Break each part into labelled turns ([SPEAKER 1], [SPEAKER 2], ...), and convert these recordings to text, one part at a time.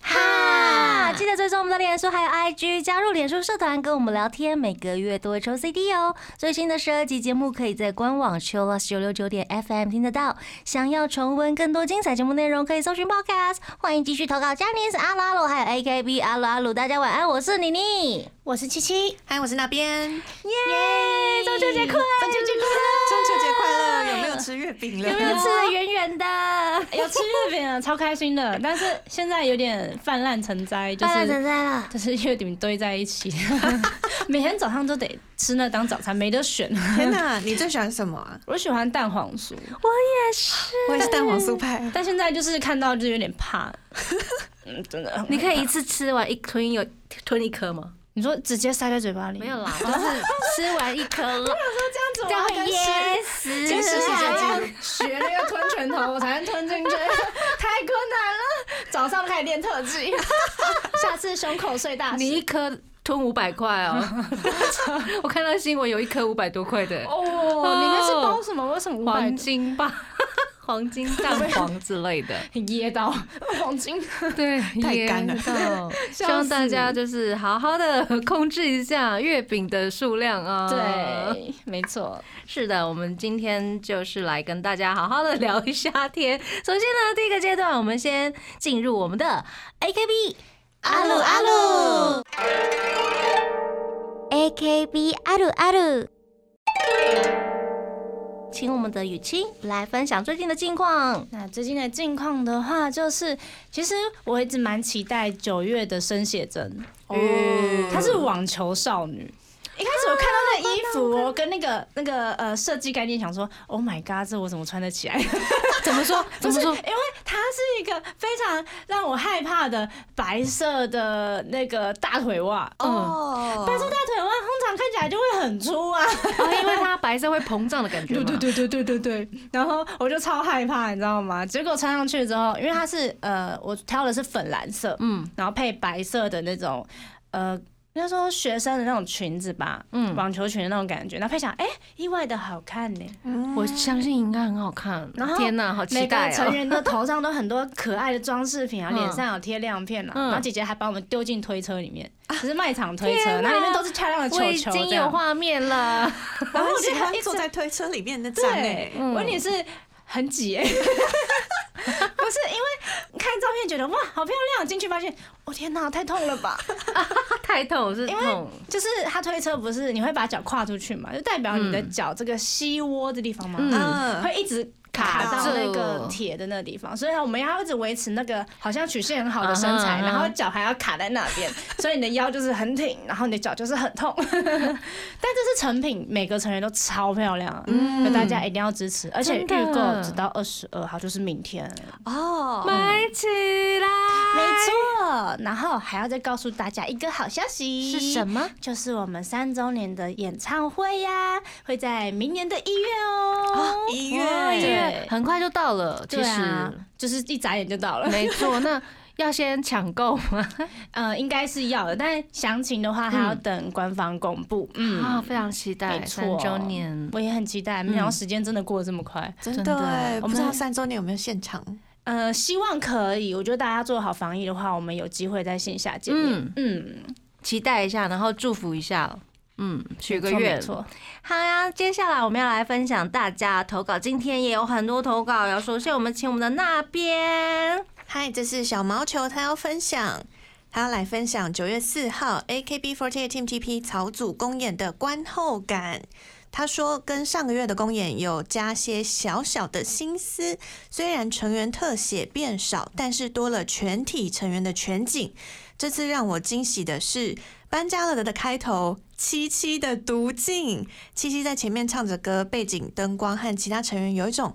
[SPEAKER 1] 哈，记得追踪我们的脸书还有 IG，加入脸书社团跟我们聊天，每个月都会抽 CD 哦。最新的十二集节目可以在官网 c h i l l o s 九六九点 FM 听得到。想要重温更多精彩节目内容，可以搜寻 Podcast。欢迎继续投稿 j a n i c e 阿鲁阿鲁还有 AKB 阿鲁阿鲁，大家晚安，我是妮妮。
[SPEAKER 2] 我是七七，嗨，我是那边，耶，
[SPEAKER 1] 耶，中秋节快乐！
[SPEAKER 2] 中秋节快乐，中秋节快乐，有没有吃月饼了？
[SPEAKER 1] 有没有吃的圆圆的？
[SPEAKER 3] 有吃月饼啊，超开心的。但是现在有点泛滥成灾，就
[SPEAKER 1] 拜拜，拜
[SPEAKER 3] 是
[SPEAKER 1] 拜了。
[SPEAKER 3] 就是月饼堆在一起， 每天早上都得吃那当早餐，没得选。
[SPEAKER 2] 天哪，你最喜欢什么啊？
[SPEAKER 3] 我喜欢蛋黄酥，
[SPEAKER 2] 我也是蛋黄酥派。
[SPEAKER 3] 但现在就是看到就有点怕。嗯，真的，
[SPEAKER 1] 你可以一次吃完一吞有吞一颗吗？
[SPEAKER 3] 你说直接塞在嘴巴里，
[SPEAKER 1] 没有 啦，就是吃完一颗，这样会噎死。
[SPEAKER 2] 这是
[SPEAKER 3] 还要学那个吞拳头，我才能吞进 去，太困难了。早上开始练特技， 下次胸口碎大
[SPEAKER 4] 你一颗吞五百块哦！ 我看到新闻有一颗五百多块的
[SPEAKER 3] 哦，里面是包什么？为什么五百
[SPEAKER 4] 黄金吧，黄金蛋黄之类的，
[SPEAKER 3] 噎到黄金？
[SPEAKER 4] 对，
[SPEAKER 2] 太干了
[SPEAKER 4] 噎到。希
[SPEAKER 3] 笑
[SPEAKER 4] 望大
[SPEAKER 3] 死
[SPEAKER 4] 家就是好好的控制一下月饼的数量啊。，
[SPEAKER 3] 对，没错，
[SPEAKER 4] 是的，我们今天就是来跟大家好好的聊一下天。首先呢，第一个阶段，我们先进入我们的 AKB。
[SPEAKER 5] 阿鲁阿鲁，AKB 阿鲁阿鲁。
[SPEAKER 4] 请我们的雨清来分享最近的近 况。
[SPEAKER 3] 那最近的近况的话，就是其实我一直蛮期待九月的申写真，
[SPEAKER 2] 哦，
[SPEAKER 3] 她是网球少女。一开始我看到那衣服哦，跟那个那个呃设计概念，想说，Oh my god，这我怎么穿得起来？
[SPEAKER 4] 怎么说？ 怎
[SPEAKER 3] 不
[SPEAKER 4] 么
[SPEAKER 3] 是，因
[SPEAKER 4] 说？
[SPEAKER 3] 为她是一个非常让我害怕的白色的那个大腿袜，
[SPEAKER 2] 哦，
[SPEAKER 3] 白色大腿袜通常看起来就会很粗啊。
[SPEAKER 4] 哦，因为它白色会膨胀的感觉嘛。
[SPEAKER 3] 对对对对对对对。然后我就超害怕，你知道吗？结果穿上去之后，因为它是呃，我挑的是粉蓝色，
[SPEAKER 4] 嗯
[SPEAKER 3] 然后配白色的那种呃。那时候学生的那种裙子吧，
[SPEAKER 4] 嗯，
[SPEAKER 3] 网球裙的那种感觉，然后配上，哎、意外的好看呢、
[SPEAKER 4] 嗯我相信应该很好看。
[SPEAKER 3] 然后
[SPEAKER 4] 天哪，好期
[SPEAKER 3] 每个
[SPEAKER 4] 待
[SPEAKER 3] 成
[SPEAKER 4] 哦！
[SPEAKER 3] 员的头上都很多可爱的装饰品啊，
[SPEAKER 4] 嗯
[SPEAKER 3] 脸上有贴亮片啊，
[SPEAKER 4] 嗯
[SPEAKER 3] 然后姐姐还把我们丢进推车里面，只是卖场推车，然后里面都是漂亮的球
[SPEAKER 4] 我已
[SPEAKER 3] 球，
[SPEAKER 4] 经有画面了，
[SPEAKER 2] 然后我喜
[SPEAKER 3] 我
[SPEAKER 2] 欢
[SPEAKER 3] 就一直
[SPEAKER 2] 坐在推车里面的站
[SPEAKER 3] 对
[SPEAKER 2] 诶，，
[SPEAKER 4] 嗯
[SPEAKER 3] 我问题是很 挤、欸，不是因为看照片觉得哇好漂亮，进去发现我、天哪太痛了吧！
[SPEAKER 4] 太痛哦是痛，
[SPEAKER 3] 就是他推车不是你会把脚跨出去嘛，就代表你的脚这个膝窝的地方嘛，
[SPEAKER 4] 嗯
[SPEAKER 2] 嗯，
[SPEAKER 3] 会一直。卡
[SPEAKER 2] 卡
[SPEAKER 3] 到
[SPEAKER 4] 住
[SPEAKER 3] 那个铁的那地方，所以我们要一直维持那个好像曲线很好的身材
[SPEAKER 4] 嗯哼嗯哼
[SPEAKER 3] 然后脚还要卡在那 边，所以你的腰就是很挺，然后你的脚就是很痛。 但这是成品，每个成员都超漂亮啊，那大家一定要支持，而且预
[SPEAKER 4] 嗯真
[SPEAKER 3] 购
[SPEAKER 4] 的
[SPEAKER 3] 直到二十二号，就是明天。
[SPEAKER 2] 哦，
[SPEAKER 4] 买起来。
[SPEAKER 3] 没错，然后还要再告诉大家一个好消息
[SPEAKER 4] 是什？么？
[SPEAKER 3] 就是我们三周年的演唱会呀、会在明年的一月哦。
[SPEAKER 2] 一
[SPEAKER 4] 哇
[SPEAKER 2] 月，
[SPEAKER 4] 耶很快就到了，其
[SPEAKER 3] 对啊
[SPEAKER 4] 实，
[SPEAKER 3] 就是一眨眼就到了。
[SPEAKER 4] 没错。那要先抢购吗？
[SPEAKER 3] 呃，应该是要的，但详情的话还要等官方公布。嗯，
[SPEAKER 4] 啊，非常期待
[SPEAKER 3] 没
[SPEAKER 4] 三
[SPEAKER 3] 错
[SPEAKER 4] 周年。
[SPEAKER 3] 我也很期待，没想到时间真的过得这么快。
[SPEAKER 2] 真
[SPEAKER 4] 真
[SPEAKER 2] 的
[SPEAKER 4] 的
[SPEAKER 2] 诶，
[SPEAKER 3] 我
[SPEAKER 2] 不
[SPEAKER 3] 们
[SPEAKER 2] 知道三周年有没有现场？
[SPEAKER 3] 呃，希望可以。我觉得大家做好防疫的话，我们有机会在线下见面。
[SPEAKER 4] 嗯，
[SPEAKER 3] 嗯，
[SPEAKER 4] 期待一下，然后祝福一下。嗯，许个
[SPEAKER 3] 没错
[SPEAKER 4] 愿
[SPEAKER 3] 没。错。
[SPEAKER 4] 好呀，接下来我们要来分享大家的投稿，今天也有很多投稿哟。首先，我们请我们的那边，
[SPEAKER 2] 嗨，这是小毛球，他要分享，他要来分享九月四号 AKB48 Team TP 草组公演的观后感。他说，跟上个月的公演有加些小小的心思，虽然成员特写变少，但是多了全体成员的全景。这次让我惊喜的是，搬家了的开头，七七的独镜，七七在前面唱着歌，背景灯光和其他成员有一种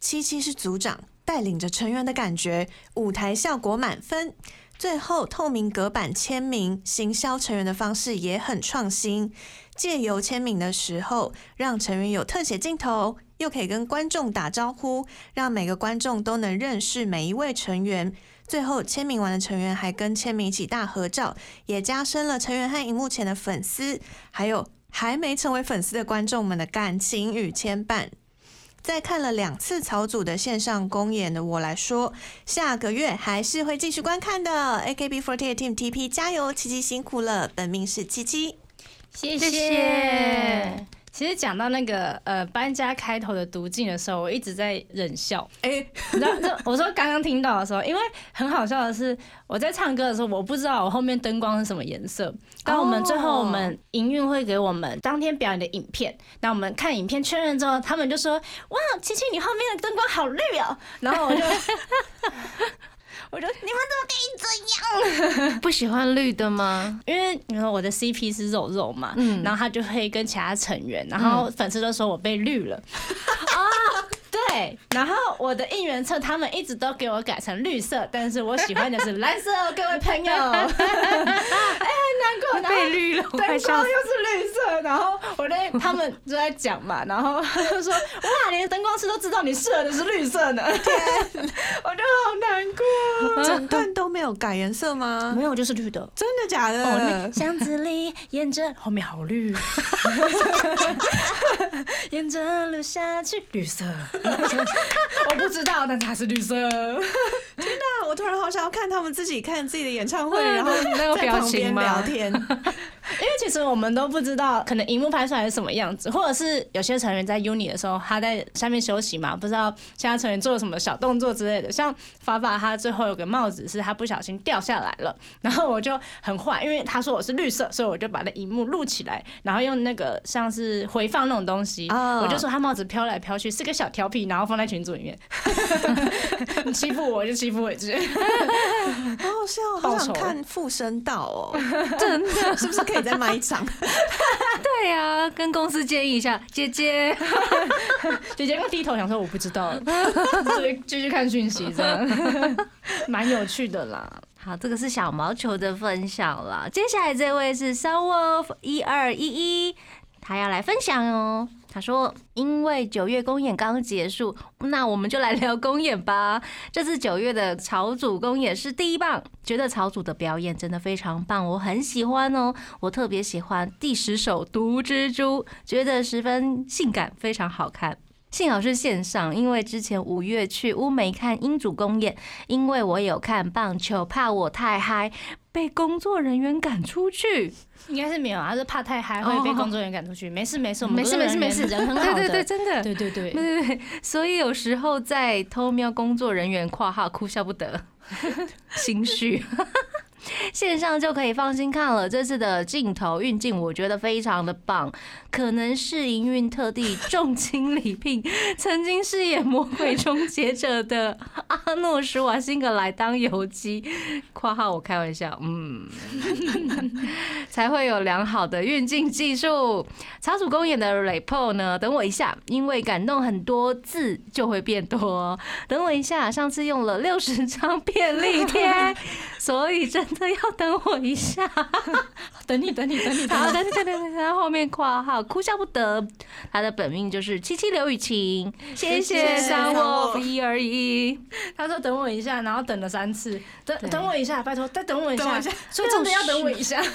[SPEAKER 2] 七七是组长，带领着成员的感觉，舞台效果满分。最后，透明隔板签名行销成员的方式也很创新，借由签名的时候，让成员有特写镜头，又可以跟观众打招呼，让每个观众都能认识每一位成员。最后签名完的成员还跟签名一起大合照，也加深了成员和荧幕前的粉丝，还有还没成为粉丝的观众们的感情与牵绊。在看了两次草组的线上公演的我来说，下个月还是会继续观看的。AKB48 Team TP 加油，七七辛苦了，本命是七七。
[SPEAKER 3] 谢
[SPEAKER 1] 谢谢。
[SPEAKER 3] 其实讲到那个呃搬家开头的读镜的时候，我一直在忍笑。
[SPEAKER 2] 哎、
[SPEAKER 3] 你知道，这我说刚刚听到的时候，因为很好笑的是，我在唱歌的时候，我不知道我后面灯光是什么颜色。但我们最后我们营运会给我们当天表演的影片，那我们看影片确认之后，他们就说：“哇，琪琪你后面的灯光好绿哦。”然后我就，我就你们
[SPEAKER 4] 不喜欢绿的吗？
[SPEAKER 3] 因为你说我的 CP 是肉肉嘛，
[SPEAKER 4] 嗯
[SPEAKER 3] 然后他就会跟其他成员，然后粉丝都说我被绿 了。啊，对，然后我的应援册他们一直都给我改成绿色，但是我喜欢的是蓝色哦，各位 朋友。哎，很难过，然后
[SPEAKER 4] 被绿了，我
[SPEAKER 3] 灯
[SPEAKER 4] 快
[SPEAKER 3] 光又
[SPEAKER 4] 笑死。
[SPEAKER 3] 是绿色，然后我在他们就在讲嘛，然后他就说哇，连灯光师都知道你适合的是绿 色呢，我就好难过。
[SPEAKER 2] 整段都没有改颜色吗？
[SPEAKER 3] 有，就是绿的。
[SPEAKER 2] 真的假
[SPEAKER 4] 哦
[SPEAKER 2] 的？
[SPEAKER 3] 巷哦子里沿着后面好绿， 沿着路下去，绿色。 我不知道，但它是绿色。
[SPEAKER 2] 那我突然好想要看他们自己看自己的演唱会，然后
[SPEAKER 4] 嗯那个
[SPEAKER 2] 在
[SPEAKER 4] 表
[SPEAKER 2] 旁
[SPEAKER 4] 情
[SPEAKER 2] 边
[SPEAKER 4] 吗
[SPEAKER 2] 聊天。
[SPEAKER 3] 因为其实我们都不知道，可能荧幕拍出来是什么样子，或者是有些成员在 uni 的时候，他在下面休息嘛，不知道其他成员做了什么小动作之类的。像法法，他最后有个帽子是他不小心掉下来了，然后我就很坏，因为他说我是绿色，所以我就把那荧幕录起来，然后用那个像是回放那种东西，
[SPEAKER 2] 哦
[SPEAKER 3] 我就说他帽子飘来飘去，是个小调皮，然后放在群组里面，你欺负我就欺负回去。
[SPEAKER 2] 好好笑，好
[SPEAKER 3] 报
[SPEAKER 2] 想
[SPEAKER 3] 仇
[SPEAKER 2] 看附身道哦，真的是不是可以再买一场？
[SPEAKER 4] 对呀、跟公司建议一下，姐姐。
[SPEAKER 3] 姐姐刚低头想说我不知 道，继续继续看讯息，这 样蛮有趣的啦。
[SPEAKER 4] 好，这个是小毛球的分享了。接下来这位是 Sunwolf 一二一一，他要来分享哦。他说：“因为九月公演刚结束，那我们就来聊公演吧。这次九月的草组公演是第一棒，觉得草组的表演真的非常棒，我很喜欢哦。我特别喜欢第十首《毒蜘蛛》，觉得十分性感，非常好看。幸好是线上，因为之前五月去乌梅看英主公演，因为我有看棒球，怕我太嗨被工作人员赶出去。
[SPEAKER 3] 应该是没有啊，他是怕太嗨会被工作人员赶出去。没事没事，我们
[SPEAKER 4] 没事没事没事，
[SPEAKER 3] 工作人员人很好
[SPEAKER 4] 对对对，
[SPEAKER 3] 的。
[SPEAKER 4] 真的。
[SPEAKER 3] 对对对
[SPEAKER 4] 对
[SPEAKER 3] 对，
[SPEAKER 4] 对对，所以有时候在偷瞄工作人员（括号哭笑不得） 心虚， 线上就可以放心看了。这次的镜头运镜我觉得非常的棒，可能是营运特地重金礼聘 曾经饰演《魔鬼终结者》的阿诺舒瓦辛格来当游击 （括号我开玩笑），嗯，才会有良好的运镜技术。茶主公演的 report 呢？等我一下，因为感动很多字就会变多哦、等我一下，上次用了六十张便利贴， 所以真的要等我一下。
[SPEAKER 3] 等你等你等你等
[SPEAKER 4] 好，
[SPEAKER 3] 你。
[SPEAKER 4] 等等等等，他后面括号哭笑不得，他的本命就是七七刘雨晴，谢谢
[SPEAKER 2] 谢
[SPEAKER 4] 三
[SPEAKER 2] 我
[SPEAKER 4] 我一而已。
[SPEAKER 3] 他说等我一下，然后等了三次，等
[SPEAKER 4] 对
[SPEAKER 3] 等我一下，拜托再等我一
[SPEAKER 2] 等我
[SPEAKER 3] 下
[SPEAKER 2] 一下，
[SPEAKER 3] 所以真的要等我一下。好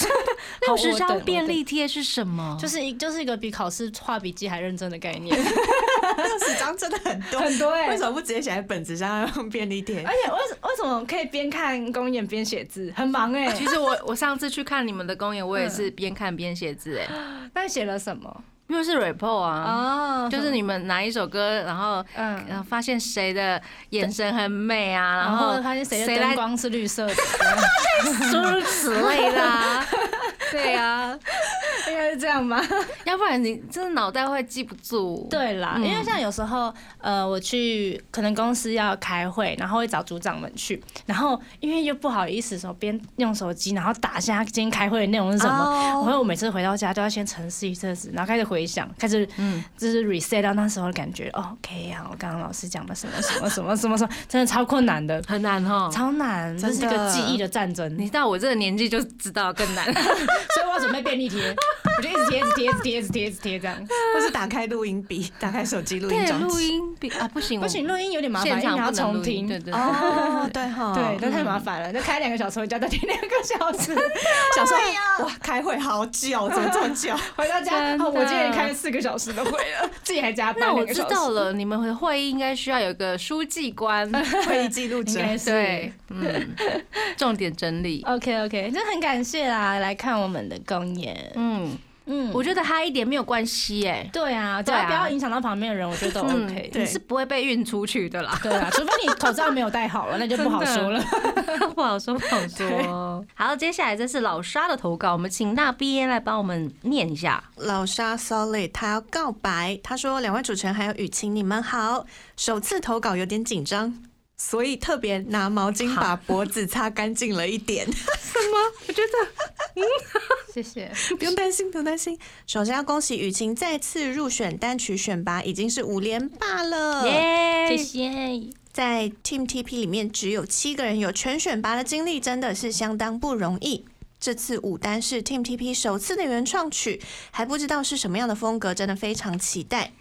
[SPEAKER 4] 六十
[SPEAKER 3] 我
[SPEAKER 4] 张
[SPEAKER 3] 等
[SPEAKER 4] 便
[SPEAKER 3] 我等
[SPEAKER 4] 利贴是什么？
[SPEAKER 3] 就是一就是一个比考试画笔记还认真的概念，
[SPEAKER 2] 六十张真的很多，
[SPEAKER 3] 很多哎
[SPEAKER 2] 为什么不直接写在本子上，要用便利贴
[SPEAKER 4] 啊
[SPEAKER 3] 而？且为什为什么可以边看公演边写字，很忙哎。
[SPEAKER 4] 其实我我上次去看你们的公演，我也是边看边写字、欸，哎，
[SPEAKER 3] 那写了什么？
[SPEAKER 4] 因为是 report 啊，
[SPEAKER 3] 哦
[SPEAKER 4] 就是你们拿一首歌，然后
[SPEAKER 3] 嗯
[SPEAKER 4] 然后呃发现谁的眼神很美啊，然
[SPEAKER 3] 然
[SPEAKER 4] 后
[SPEAKER 3] 后发现谁的
[SPEAKER 4] 谁来
[SPEAKER 3] 灯光是绿色的，
[SPEAKER 4] 诸如此类的、 啊，对啊，
[SPEAKER 3] 应该是这样吗？
[SPEAKER 4] 要不然你真的脑袋会记不住。，
[SPEAKER 3] 对啦，因为像有时候，呃，我去可能公司要开会，然后会找组长们去，然后因为又不好意思说边用手机，然后打下今天开会的内容是什么。然
[SPEAKER 2] 哦，
[SPEAKER 3] 后我每次回到家都要先沉思一阵子，然后开始回想，开始
[SPEAKER 4] 嗯，
[SPEAKER 3] 就是 reset 到那时候的感觉。哦 OK 啊，我刚刚老师讲的什么什么什么什么什么，真的超困难的，
[SPEAKER 4] 很难哦。
[SPEAKER 3] 超难，这是一
[SPEAKER 2] 真
[SPEAKER 3] 个
[SPEAKER 2] 的
[SPEAKER 3] 记忆的战争。
[SPEAKER 4] 你到我这个年纪就知道更难。
[SPEAKER 3] 所以我要准备便利贴。我就一直贴，一直贴，一直贴，一直贴，一直贴这样。
[SPEAKER 4] 嗯
[SPEAKER 2] 或是打开录音笔，打开手机录音
[SPEAKER 4] 对，
[SPEAKER 2] 装
[SPEAKER 4] 录
[SPEAKER 2] 置。
[SPEAKER 4] 音笔啊，不行，
[SPEAKER 3] 不行，录音有点麻
[SPEAKER 4] 我
[SPEAKER 3] 烦，因
[SPEAKER 4] 现场
[SPEAKER 3] 为你要
[SPEAKER 4] 不能
[SPEAKER 3] 重
[SPEAKER 4] 录音
[SPEAKER 3] 听。
[SPEAKER 4] 对对对。
[SPEAKER 2] 哦，对哈，
[SPEAKER 3] 对，那太麻烦了，那开两个小时回家再听两个小时，
[SPEAKER 2] 想说哇，开会好久，怎么这么久？
[SPEAKER 3] 回到家
[SPEAKER 4] 真的
[SPEAKER 3] 哦，我今天开了四个小时的会了，自己还加班。
[SPEAKER 4] 那我
[SPEAKER 3] 两个
[SPEAKER 4] 知
[SPEAKER 3] 小时
[SPEAKER 4] 道，了，你们的会议应该需要有个书记 官，
[SPEAKER 2] 会议记录
[SPEAKER 3] 应
[SPEAKER 2] 者，
[SPEAKER 3] 该是
[SPEAKER 4] 对，嗯，重点整理，
[SPEAKER 3] OK OK，真的很感谢啦，来看我们的公演。
[SPEAKER 4] 嗯，
[SPEAKER 3] 嗯，
[SPEAKER 4] 我觉得嗨一点没有关系哎，
[SPEAKER 3] 对啊，只
[SPEAKER 4] 对
[SPEAKER 3] 要
[SPEAKER 4] 啊嗯
[SPEAKER 3] 不要影响到旁边的人，我觉得都 OK。
[SPEAKER 2] 对
[SPEAKER 4] 你是不会被运出去的啦，
[SPEAKER 3] 对啊，除非你口罩没有戴好了，那就不好说了。
[SPEAKER 4] 不好说，不好说。好，接下来这是老沙的投稿，我们请那边来帮我们念一下。
[SPEAKER 2] 老沙 Solid 他要告白，他说：“两位主持人还有雨晴，你们好，首次投稿有点紧张，所以特别拿毛巾把脖子擦干净了一 点，
[SPEAKER 3] 谢谢。
[SPEAKER 2] 不用担心，不用担心。首先要恭喜雨晴再次入选单曲选拔，已经是五连霸
[SPEAKER 4] 嗯
[SPEAKER 2] 了。
[SPEAKER 4] 耶！
[SPEAKER 3] 谢。
[SPEAKER 2] 在 Team TP 里面只有七个人有全选拔的经历，真的是相当不容易。这次舞单是 Team TP 首次的原创曲，还不知道是什么样的风格，真的非常期待。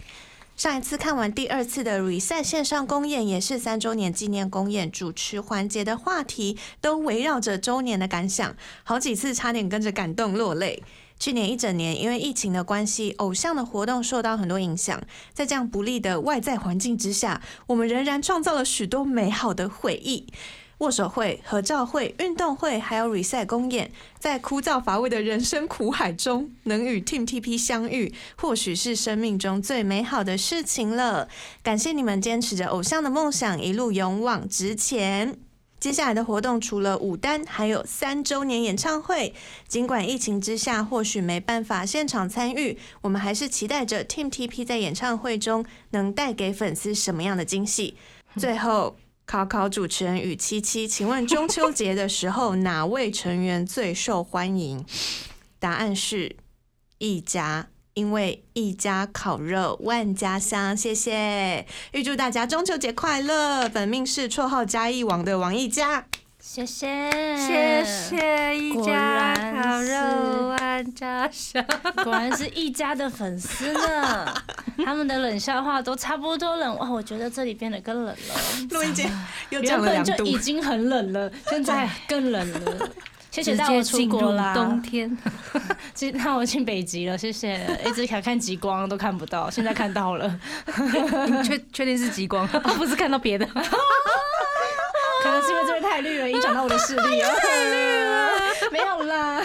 [SPEAKER 2] 上一次看完第二次的 Reset 线上公演，也是三周年纪念公演，主持环节的话题都围绕着周年的感想，好几次差点跟着感动落泪。去年一整年，因为疫情的关系，偶像的活动受到很多影响，在这样不利的外在环境之下，我们仍然创造了许多美好的回忆。握手会、合照会、运动会，还有 reset 公演，在枯燥乏味的人生苦海中，能与 Team TP 相遇，或许是生命中最美好的事情了。感谢你们坚持着偶像的梦想，一路勇往直前。接下来的活动除了舞单，还有三周年演唱会。尽管疫情之下，或许没办法现场参与，我们还是期待着 Team TP 在演唱会中能带给粉丝什么样的惊喜。最后，考考主持人与七七，请问中秋节的时候哪位成员最受欢迎？答案是一家，因为一家烤肉万家香。谢谢，预祝大家中秋节快乐！本命是绰号嘉义王的王一家。
[SPEAKER 3] 谢谢，
[SPEAKER 4] 谢。谢一
[SPEAKER 3] 果
[SPEAKER 4] 家
[SPEAKER 3] 然
[SPEAKER 4] 烤
[SPEAKER 3] 是
[SPEAKER 4] 肉万家香，
[SPEAKER 3] 果然是一家的粉丝呢，他们的冷笑话都差不多冷哇！我觉得这里变得更冷了，
[SPEAKER 2] 录音姐又
[SPEAKER 3] 原
[SPEAKER 2] 降了
[SPEAKER 3] 本
[SPEAKER 2] 两
[SPEAKER 3] 就
[SPEAKER 2] 度，
[SPEAKER 3] 已经很冷了，现在更冷了。谢谢
[SPEAKER 4] 直
[SPEAKER 3] 带
[SPEAKER 4] 接
[SPEAKER 3] 我出
[SPEAKER 4] 进入
[SPEAKER 3] 国啦，
[SPEAKER 4] 冬天。
[SPEAKER 3] 这 那我去北极了，谢谢。一直想看极光都看不到， 现在看到了，
[SPEAKER 4] 你确确定是极光， 啊不是看到别的。
[SPEAKER 3] 可能是因为这边太绿了，影响到我的视力了。太绿了， 没有啦。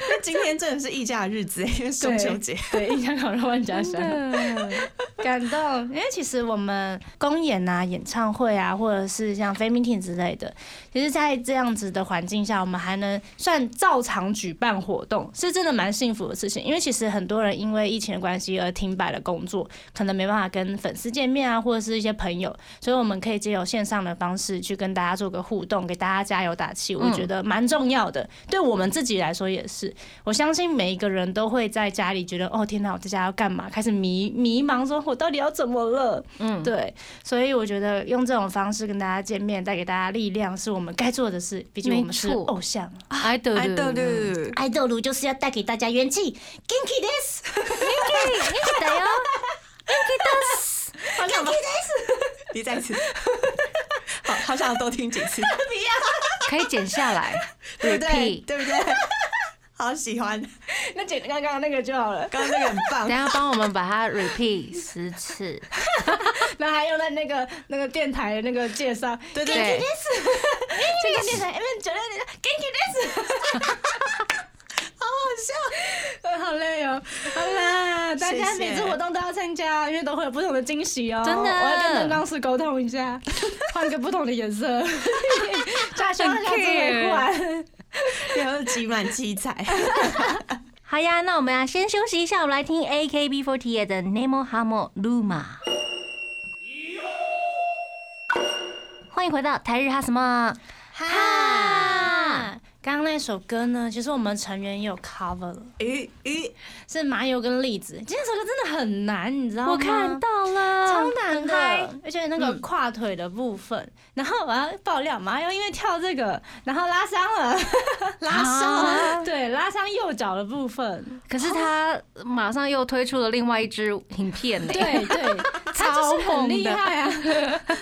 [SPEAKER 2] 那 今天真的是一家的日子，因为是中秋节。
[SPEAKER 3] 对，印象烤肉万家香，感动。因为其实我们公演啊、演唱会啊，或者是像飞 meeting 之类的，其实，在这样子的环境下，我们还能算照常举办活动，是真的蛮幸福的事情。因为其实很多人因为疫情的关系而停摆了工作，可能没办法跟粉丝见面啊，或者是一些朋友，所以我们可以借由线上的方式去跟大家做个互动，给大家加油打气，我觉得蛮重要的。对我们自己来说也是，我相信每一个人都会在家里觉得，哦天哪，我在家要干嘛？开始迷迷茫，说我到底要怎么了？嗯，对，所以我觉得用这种方式跟大家见面，带给大家力量，是我们该做的事。毕竟我们是
[SPEAKER 4] 没错
[SPEAKER 3] 偶像，啊
[SPEAKER 4] 哎，对
[SPEAKER 2] 爱
[SPEAKER 4] 对
[SPEAKER 2] 豆
[SPEAKER 4] 对对，
[SPEAKER 2] 绿，
[SPEAKER 3] 爱豆如就是要带给大家元气，Ginky this，
[SPEAKER 4] 哎哦
[SPEAKER 2] 好想吧？ 你再一次，好好想要多听几 次，
[SPEAKER 4] 可以剪下来
[SPEAKER 2] 对不对？
[SPEAKER 4] ，repeat。
[SPEAKER 2] 对不对？ 好喜欢，
[SPEAKER 3] 那简刚刚那个就好了，
[SPEAKER 2] 刚刚那个很
[SPEAKER 4] 等一
[SPEAKER 2] 棒。
[SPEAKER 4] 下帮我们把它 repeat 十次，
[SPEAKER 3] 然后还用在那个那个电台的那个介绍，
[SPEAKER 2] 对对
[SPEAKER 4] 对
[SPEAKER 2] 对，，
[SPEAKER 3] 这个电台 M 九六点 Ginky this，好好笑，好累哦，好啦，大家
[SPEAKER 2] 谢谢
[SPEAKER 3] 每次活动都要参加，因为都会有不同的惊喜哦，
[SPEAKER 4] 真的
[SPEAKER 3] 我要跟灯光师沟通一下， 换个不同的颜 色，下下下次会换，
[SPEAKER 2] 然后集满七彩。
[SPEAKER 1] 好呀，那我们啊先休息一下，我们来听 AKB48 的 Nemo Hamo Luma。欢迎回到台日哈什么？
[SPEAKER 2] 哈，
[SPEAKER 1] 啊，
[SPEAKER 3] 刚刚那首歌呢，其实我们成员也有 cover 了，
[SPEAKER 2] 咦咦，
[SPEAKER 3] 是麻油跟栗子。这首歌真的很难，你知道吗？
[SPEAKER 4] 我看到了，
[SPEAKER 3] 超难
[SPEAKER 4] 很嗨
[SPEAKER 3] 的，嗯而且那个跨腿的部分。然后我要爆料，麻油因为跳这个，然后拉伤了，
[SPEAKER 2] 拉伤 了，
[SPEAKER 3] 对，拉伤右脚的部分。
[SPEAKER 4] 啊可是他马上又推出了另外一支影片呢、
[SPEAKER 3] 对对， 他就是很厉害啊，他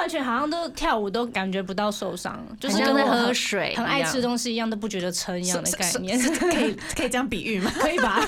[SPEAKER 3] 完全好像都跳舞都感觉不到受伤，就是
[SPEAKER 4] 好
[SPEAKER 3] 跟
[SPEAKER 4] 像在
[SPEAKER 3] 我
[SPEAKER 4] 喝
[SPEAKER 3] 很
[SPEAKER 4] 水一样，
[SPEAKER 3] 很爱吃东西一样，都不觉得撑一样的
[SPEAKER 2] 是
[SPEAKER 3] 概
[SPEAKER 2] 是
[SPEAKER 3] 念。
[SPEAKER 2] 是可以可以这样比喻吗？
[SPEAKER 3] 可以吧？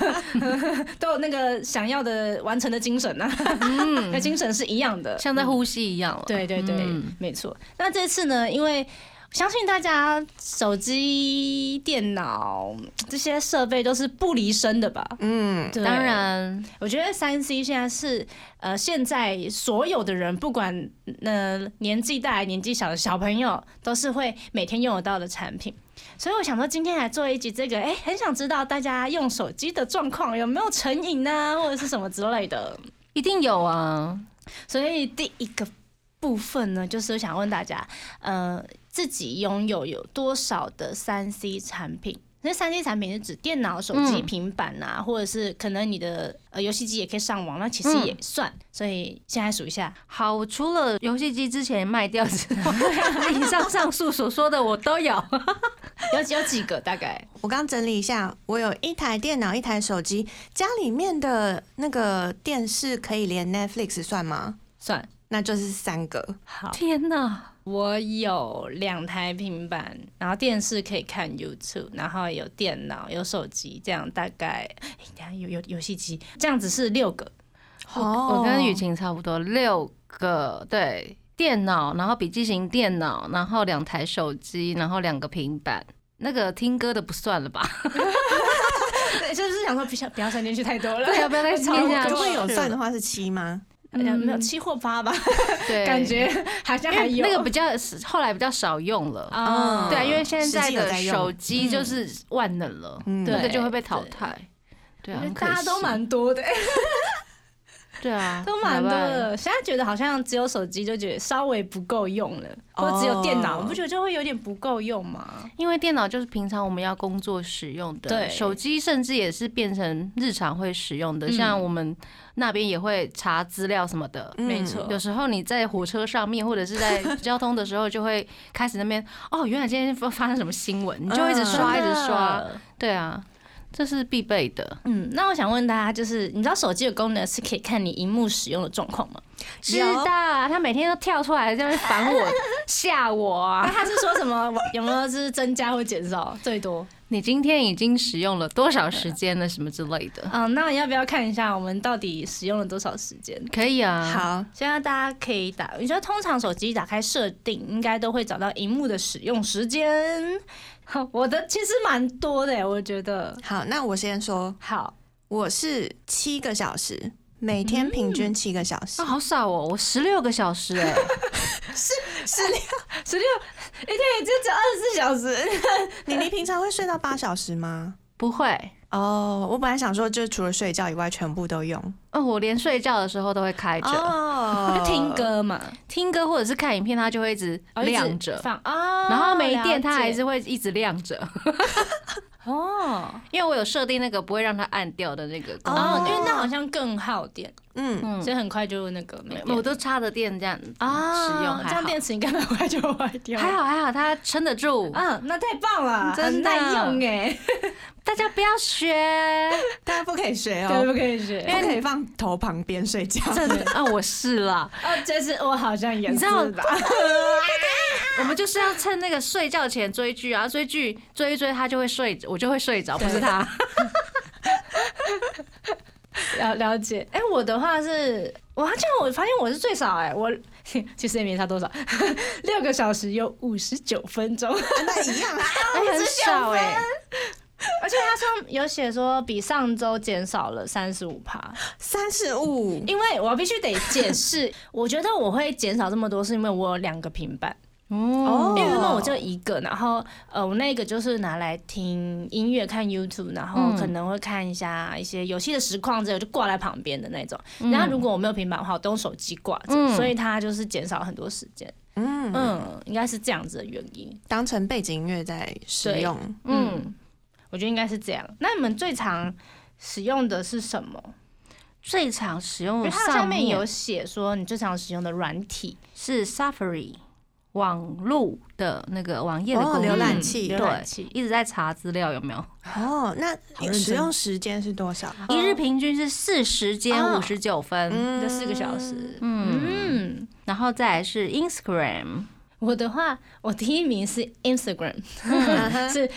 [SPEAKER 3] 都有那个想要的完成的精神呢、啊， 那精神是一样的。
[SPEAKER 4] 像在呼吸一样了。
[SPEAKER 3] 对对对，
[SPEAKER 4] 嗯
[SPEAKER 3] 没错。那这次呢，因为相信大家手机、电脑这些设备都是不离身的吧？
[SPEAKER 2] 嗯，
[SPEAKER 3] 对
[SPEAKER 4] 当，然，
[SPEAKER 3] 我觉得三 C 现在是呃，现在所有的人，不管呃年纪大、年纪小的小朋友，都是会每天用得到的产品。所以我想说，今天来做一集这个，哎、很想知道大家用手机的状况有没有成瘾啊，或者是什么之类的。
[SPEAKER 4] 一定有啊。
[SPEAKER 3] 所以第一个部分呢，就是想问大家，呃，自己拥有有多少的三 C 产品？那三 C 产品是指电脑、手机、
[SPEAKER 4] 嗯
[SPEAKER 3] 平板啊，或者是可能你的呃游戏机也可以上网，那其实
[SPEAKER 4] 嗯
[SPEAKER 3] 也算。所以现在数一下，
[SPEAKER 4] 好，我除了游戏机之前卖掉之 外，以上上述所说的我都有。
[SPEAKER 3] 有有几个大概？
[SPEAKER 2] 我刚整理一下，我有一台电脑，一台手机，家里面的那个电视可以连 Netflix 算吗？
[SPEAKER 3] 算
[SPEAKER 2] 那就是三个。
[SPEAKER 3] 好，
[SPEAKER 4] 天哪，
[SPEAKER 3] 我有两台平板，然后电视可以看 YouTube，然后有电脑、有手机，这样大概，哎、等一下有有游戏机，这样子是六个。
[SPEAKER 2] 哦
[SPEAKER 4] 我跟雨晴差不多，六个对。电脑，然后笔记型电脑，然后两台手机，然后两个平板。那个听歌的不算了吧？
[SPEAKER 3] 对，就是想说不要不要删进去太多了。
[SPEAKER 4] 对啊，不要再
[SPEAKER 3] 吵
[SPEAKER 4] 听下
[SPEAKER 3] 架
[SPEAKER 4] 去
[SPEAKER 3] 了
[SPEAKER 2] 如果有
[SPEAKER 4] 了
[SPEAKER 2] 算的话是七吗？
[SPEAKER 3] 呃，没有七或八吧，
[SPEAKER 4] 对，
[SPEAKER 3] 感觉好像还有
[SPEAKER 4] 那个比较后来比较少用了。
[SPEAKER 3] 啊，
[SPEAKER 4] 对啊，因为现
[SPEAKER 2] 实
[SPEAKER 4] 在
[SPEAKER 2] 际有
[SPEAKER 4] 的
[SPEAKER 2] 在用
[SPEAKER 4] 手机就是万能了，
[SPEAKER 2] 嗯
[SPEAKER 4] 那个
[SPEAKER 3] 对
[SPEAKER 4] 就会被淘汰。对啊，很可
[SPEAKER 3] 大家都
[SPEAKER 4] 惜
[SPEAKER 3] 蛮多的，
[SPEAKER 4] 对啊，
[SPEAKER 3] 都蛮多
[SPEAKER 4] 怎么办。
[SPEAKER 3] 的。现在觉得好像只有手机就觉得稍微不够用了，
[SPEAKER 2] 哦
[SPEAKER 3] 或只有电脑，你不觉得就会有点不够用吗？
[SPEAKER 4] 因为电脑就是平常我们要工作使用的，
[SPEAKER 3] 对
[SPEAKER 4] 手机甚至也是变成日常会使用的，
[SPEAKER 3] 嗯
[SPEAKER 4] 像我们那边也会查资料什么的。
[SPEAKER 2] 嗯
[SPEAKER 3] 没错
[SPEAKER 4] 有时候你在火车上面或者是 在交通的时候，就会开始那边哦，原来今天发发生什么新闻，你就一直刷一
[SPEAKER 3] 嗯真
[SPEAKER 4] 直
[SPEAKER 3] 的
[SPEAKER 4] 刷。。对啊，这是必备的。
[SPEAKER 3] 嗯，那我想问大家，就是你知道手机的功能是可以看你荧幕使用的状况吗？
[SPEAKER 4] 知道，他每天都跳出来在那边烦 我、吓我
[SPEAKER 3] 啊，
[SPEAKER 4] 啊！
[SPEAKER 3] 他是说什么？ 有没有是增加或减少最多？
[SPEAKER 4] 你今天已经使用了多少时间了，什么之类的？
[SPEAKER 3] 嗯，那要不要看一下我们到底使用了多少时间？
[SPEAKER 4] 可以啊，，
[SPEAKER 2] 嗯好，
[SPEAKER 3] 现在大家可以打，你觉得通常手机打开设定，应该都会找到荧幕的使用时间。 我的其实蛮多的耶，我觉得。
[SPEAKER 2] 好，那我先说，
[SPEAKER 3] 好，
[SPEAKER 2] 我是七个小时，每天平均七个小时
[SPEAKER 3] 嗯
[SPEAKER 4] 啊，。好少哦，我十六个小时哎、
[SPEAKER 3] 十六，一天也就只有二十四小时。
[SPEAKER 2] 你你平常会睡到八小时吗？
[SPEAKER 4] 不会，
[SPEAKER 2] 哦，我本来想说，就是除了睡觉以外，全部都用。
[SPEAKER 4] 哦，我连睡觉的时候都会开着、
[SPEAKER 2] 哦
[SPEAKER 4] 呃
[SPEAKER 3] 就 听歌嘛，
[SPEAKER 4] 听歌或者是看影片，它就会一直
[SPEAKER 3] 哦一直
[SPEAKER 4] 亮着，
[SPEAKER 3] 放啊，
[SPEAKER 4] 然后没电
[SPEAKER 3] 了解
[SPEAKER 4] 它还是会一直亮着，
[SPEAKER 3] 哦
[SPEAKER 4] 因为我有设定那个不会让它暗掉的那个功能。
[SPEAKER 3] 哦，因为那好像更耗电，
[SPEAKER 2] 嗯，
[SPEAKER 4] 嗯
[SPEAKER 3] 所以很快就那个没电
[SPEAKER 4] 我都插着电这样
[SPEAKER 3] 啊
[SPEAKER 4] 使用还好
[SPEAKER 3] 这样电池应该很快就坏掉。
[SPEAKER 4] 还，好还好，它撑得住。
[SPEAKER 3] 嗯，那太棒了，
[SPEAKER 4] 真的
[SPEAKER 3] 很耐用哎，
[SPEAKER 4] 大家不要学。
[SPEAKER 2] 大家不可以睡
[SPEAKER 3] 对，
[SPEAKER 2] 哦，
[SPEAKER 3] 不可以学。
[SPEAKER 2] 不可以放头旁边睡觉。
[SPEAKER 4] 真的啊，我是啦，
[SPEAKER 3] 哦，就是我好像也
[SPEAKER 4] 你知
[SPEAKER 3] 是
[SPEAKER 4] 道
[SPEAKER 3] 吧？
[SPEAKER 4] 我们就是要趁那个睡觉前追剧啊，追剧追一追，他就会睡，我就会睡着，不是他。
[SPEAKER 3] 了了解，哎、我的话是，哇，这样我发现我是最少哎、我 其实也没差多少， 六个小时有五十九分钟，
[SPEAKER 2] 那一样啊，
[SPEAKER 4] 哎，很少哎、
[SPEAKER 3] 而且他上有写说比上周减少了三十五趴，
[SPEAKER 2] 三十五。
[SPEAKER 3] 因为我必须得解释， 我觉得我会减少这么多是因为我有两个平板。
[SPEAKER 2] 哦
[SPEAKER 3] 因为原本我就一个，然后呃，我那个就是拿来听音乐、看 YouTube，然后可能会看一下一些游戏的实况之类，我就挂在旁边的那种。然后如果我没有平板的话，我都用手机挂着，
[SPEAKER 4] 嗯
[SPEAKER 3] 所以它就是减少很多时间。
[SPEAKER 2] 嗯嗯，
[SPEAKER 3] 嗯，应该是这样子的原因。
[SPEAKER 2] 当成背景音乐在使用。
[SPEAKER 3] 嗯，我觉得应该是这样。那你们最常使用的是什么？
[SPEAKER 4] 最常使用
[SPEAKER 3] 因为
[SPEAKER 4] 的
[SPEAKER 3] 它
[SPEAKER 4] 嗯
[SPEAKER 3] 下
[SPEAKER 4] 上
[SPEAKER 3] 面有写说你最常使用的软体，
[SPEAKER 4] 是 Safari 网路的那个网页的
[SPEAKER 2] 哦
[SPEAKER 4] 功能
[SPEAKER 2] 浏览器
[SPEAKER 4] 嗯
[SPEAKER 3] 浏览器
[SPEAKER 4] 对，一直在查资料有没有？
[SPEAKER 2] 哦，那
[SPEAKER 3] 好认真
[SPEAKER 2] 使用时间是多少？
[SPEAKER 4] 一日平均是四十间
[SPEAKER 3] 哦
[SPEAKER 4] 五十九分，
[SPEAKER 2] 嗯
[SPEAKER 3] 这四个小时。
[SPEAKER 4] 嗯，
[SPEAKER 3] 嗯，
[SPEAKER 4] 然后再来是 Instagram，
[SPEAKER 3] 我的话，我第一名是 Instagram，
[SPEAKER 2] 嗯
[SPEAKER 3] 是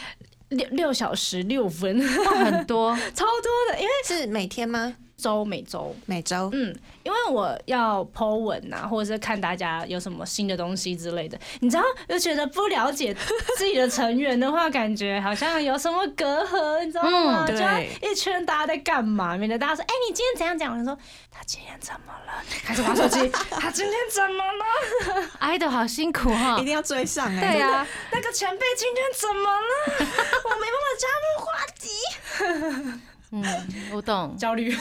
[SPEAKER 3] 六六小时六分，
[SPEAKER 4] 哇很多，
[SPEAKER 3] 超多的，因为
[SPEAKER 2] 是每天吗？
[SPEAKER 3] 周每周。
[SPEAKER 2] 每周？
[SPEAKER 3] 嗯，因为我要 Po 文啊，或者是看大家有什么新的东西之类的，你知道，就觉得不了解自己的成员的话，感觉好像有什么隔阂，你知道吗？
[SPEAKER 4] 嗯
[SPEAKER 3] 就要
[SPEAKER 2] 对
[SPEAKER 3] 一圈大家在干嘛，免得大家说，哎、你今天怎样讲？我就说他今天怎么了？开始玩手机， 他今天怎么了？
[SPEAKER 4] 爱豆好辛苦哈、
[SPEAKER 3] 哦
[SPEAKER 2] 一定要追上哎、
[SPEAKER 4] 对啊呀、
[SPEAKER 3] 那个前辈今天怎么了？ 我没办法加入话题，
[SPEAKER 4] 嗯，我懂，
[SPEAKER 3] 焦虑，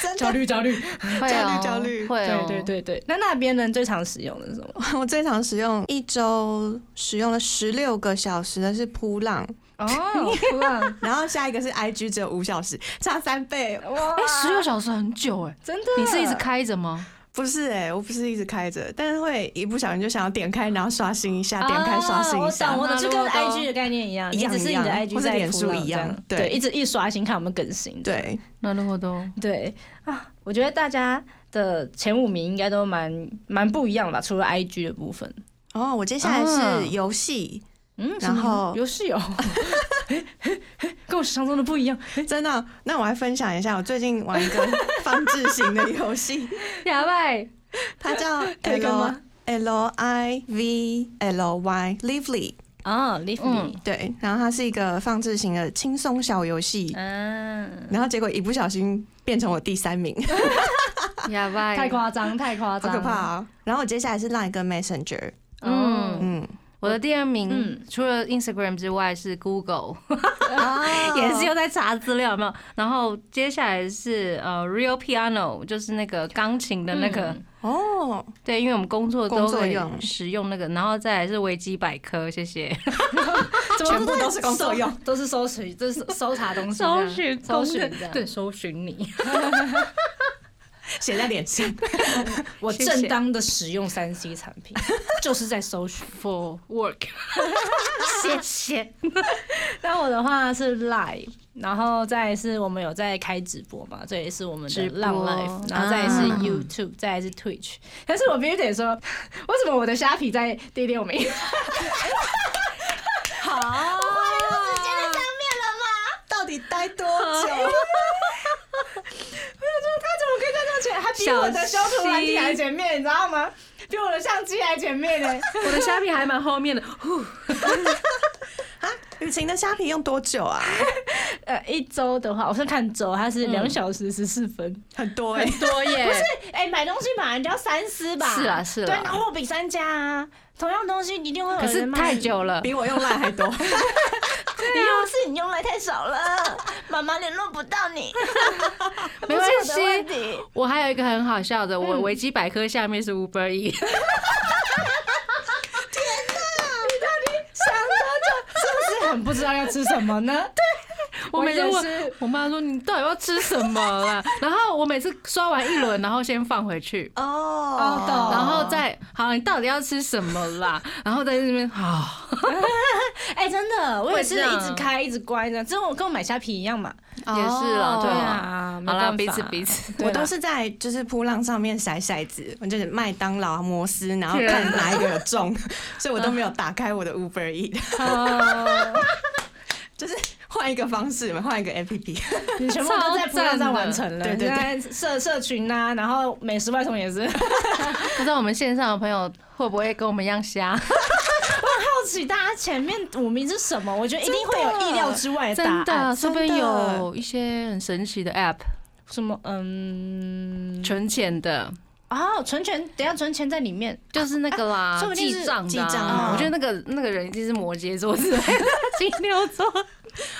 [SPEAKER 2] 真
[SPEAKER 3] 焦
[SPEAKER 2] 的，
[SPEAKER 3] 虑，焦虑。
[SPEAKER 4] 会哦，
[SPEAKER 2] 焦虑
[SPEAKER 4] 会哦，
[SPEAKER 3] 对对对对，那那边人最常使用的是什么？
[SPEAKER 2] 我最常使用一周使用了十六个小时的是扑浪，
[SPEAKER 3] 哦，不浪，
[SPEAKER 2] 然后下一个是 IG 只有五小时，差三倍。
[SPEAKER 3] 哇
[SPEAKER 4] 哎，十六小时很久哎、
[SPEAKER 3] 真的，
[SPEAKER 4] 你是一直开着吗？
[SPEAKER 2] 不是哎、我不是一直开着，但是会一不小心就想要点开，然后刷新一下，点开刷新一下。
[SPEAKER 3] 啊、我懂，我的就跟
[SPEAKER 4] 马路都
[SPEAKER 3] IG 的概念一样，
[SPEAKER 2] 一样
[SPEAKER 3] 你只是你的
[SPEAKER 2] 一样
[SPEAKER 3] IG
[SPEAKER 2] 或是
[SPEAKER 3] 在
[SPEAKER 2] 脸
[SPEAKER 3] 浮
[SPEAKER 2] 书
[SPEAKER 3] 浪
[SPEAKER 2] 一
[SPEAKER 3] 这
[SPEAKER 2] 样对
[SPEAKER 3] 对，一直一刷新看有没有更新。
[SPEAKER 2] 对，
[SPEAKER 4] 那如果都
[SPEAKER 3] 对啊，我觉得大家的前五名应该都蛮蛮不一样吧，除了 IG 的部分。
[SPEAKER 2] 哦，我接下来
[SPEAKER 4] 啊
[SPEAKER 2] 是游戏，
[SPEAKER 3] 嗯，
[SPEAKER 2] 然后
[SPEAKER 3] 游戏 哦，跟我想象中的不一样。
[SPEAKER 2] 真的。那我来分享一下，我最近玩一个放置型的游戏，
[SPEAKER 4] 哑巴。
[SPEAKER 2] 它叫
[SPEAKER 3] 可以跟
[SPEAKER 2] L
[SPEAKER 3] 吗
[SPEAKER 2] L I V L Y Lively。哦
[SPEAKER 3] 啊 l i v e me，
[SPEAKER 2] 对，然后它是一个放置型的轻松小游戏，
[SPEAKER 3] 嗯，
[SPEAKER 2] 然后结果一不小心变成我第三名，
[SPEAKER 4] 哑巴，
[SPEAKER 3] 太夸 张，太夸
[SPEAKER 2] 好
[SPEAKER 3] 张，
[SPEAKER 2] 可怕啊！然后我接下来是另一个 Messenger，
[SPEAKER 3] 嗯。
[SPEAKER 2] 嗯，
[SPEAKER 4] 我的第二名，
[SPEAKER 3] 嗯
[SPEAKER 4] 除了 Instagram 之外是 Google，、
[SPEAKER 2] 啊
[SPEAKER 4] 也是又在查资料，有没有？然后接下来是呃 Real Piano，就是那个钢琴的那个，
[SPEAKER 3] 嗯
[SPEAKER 2] 哦，
[SPEAKER 4] 对，因为我们工作
[SPEAKER 2] 工
[SPEAKER 4] 都
[SPEAKER 2] 作
[SPEAKER 4] 会
[SPEAKER 2] 用
[SPEAKER 4] 使用那个，然后再来是维基百科，谢谢。
[SPEAKER 3] 全
[SPEAKER 2] 部都是工作用，
[SPEAKER 3] 都是搜 寻，都是搜查东 西这
[SPEAKER 4] 搜
[SPEAKER 3] 样，
[SPEAKER 4] 寻
[SPEAKER 3] 搜
[SPEAKER 4] 功
[SPEAKER 3] 寻
[SPEAKER 4] 能
[SPEAKER 3] 这样，
[SPEAKER 4] 对，搜寻你。
[SPEAKER 2] 写在脸上，
[SPEAKER 3] 我
[SPEAKER 4] 谢谢
[SPEAKER 3] 正当的使用三 C 产品， 就是在搜寻。
[SPEAKER 4] for work，谢谢。
[SPEAKER 3] 那我的话是 Live，然后再来是我们有在开直播嘛，这也是我们
[SPEAKER 4] 直
[SPEAKER 3] 的
[SPEAKER 4] 播
[SPEAKER 3] 浪 Live，然后再来是
[SPEAKER 2] 啊
[SPEAKER 3] YouTube，、再来是 Twitch。但是我必须得说，为什么我的虾皮在第六名？
[SPEAKER 2] 好，到底待多久？
[SPEAKER 3] 他怎么可以在这么前？他比我的修图软体还前面，你知道吗？比我的相机还前面呢、
[SPEAKER 4] 我的虾皮还蛮后面的，呼
[SPEAKER 2] 雨晴的虾皮用多久啊？
[SPEAKER 3] 呃，一周的话，我是看周，它是两小时十四分。
[SPEAKER 2] 很多哎、
[SPEAKER 4] 多耶。
[SPEAKER 3] 哎、买东西买人家三思吧。
[SPEAKER 4] 是啊是啊
[SPEAKER 3] 对，然后货比三家啊，同样东西一定会有
[SPEAKER 4] 可是
[SPEAKER 3] 人卖
[SPEAKER 4] 太久了，
[SPEAKER 2] 比我用烂还多。
[SPEAKER 3] 你又啊是你用来太少 了，妈妈联络不到你，
[SPEAKER 4] 没嗯关
[SPEAKER 3] 不是我的问
[SPEAKER 4] 系。
[SPEAKER 3] 题。
[SPEAKER 4] 我还有一个很好笑的，我维基百科下面是 Uber E，
[SPEAKER 3] 想多久，是不是很不知道要吃什 么呢？
[SPEAKER 4] 我每次
[SPEAKER 3] 我也
[SPEAKER 4] 问
[SPEAKER 3] 是
[SPEAKER 4] 我妈说你到底要吃什么 啦，然后我每次刷完一轮，然后先放回去。
[SPEAKER 2] 哦
[SPEAKER 3] 懂
[SPEAKER 4] 然后再好，你到底要吃什么 啦？然后在那边啊好，
[SPEAKER 3] 哎、真的，我也是啊
[SPEAKER 4] 会这样
[SPEAKER 3] 一直开一直关着，这我跟我买虾皮一样嘛。
[SPEAKER 4] 也是了，对啊。
[SPEAKER 3] 啊
[SPEAKER 4] 好啦，彼此彼。此，
[SPEAKER 3] 对啊
[SPEAKER 2] 我
[SPEAKER 3] 啦
[SPEAKER 2] 都是在就是扑浪上面骰骰子，我就是麦当劳、摩斯，然后看哪一个有中， 所以我都没有打开我的 Uber E，
[SPEAKER 3] 哦
[SPEAKER 2] 就是 换一个方式嘛，换一个 APP。
[SPEAKER 3] 你全部都在
[SPEAKER 4] 超
[SPEAKER 3] 铺
[SPEAKER 4] 赞的
[SPEAKER 3] 浪上完成了，
[SPEAKER 2] 对对对
[SPEAKER 3] 现在社社群啊，然后美食外送也是。好
[SPEAKER 4] 不知道我们线上的朋友会不会跟我们一样瞎？
[SPEAKER 3] 奇大家前面五名是什么？我觉得一定会有意料之外的答
[SPEAKER 4] 真
[SPEAKER 3] 案。
[SPEAKER 4] 的，说不定
[SPEAKER 2] 真的
[SPEAKER 4] 有一些很神奇的 App，
[SPEAKER 3] 什么？嗯，
[SPEAKER 4] 存钱的，
[SPEAKER 3] 哦，存钱，等一下存钱在 里面。
[SPEAKER 4] 就是那个啦，
[SPEAKER 3] 说不定是
[SPEAKER 4] 记账的啊、
[SPEAKER 2] 记账啊
[SPEAKER 4] 我觉得那个那个人一定是摩羯座之类的，金牛座。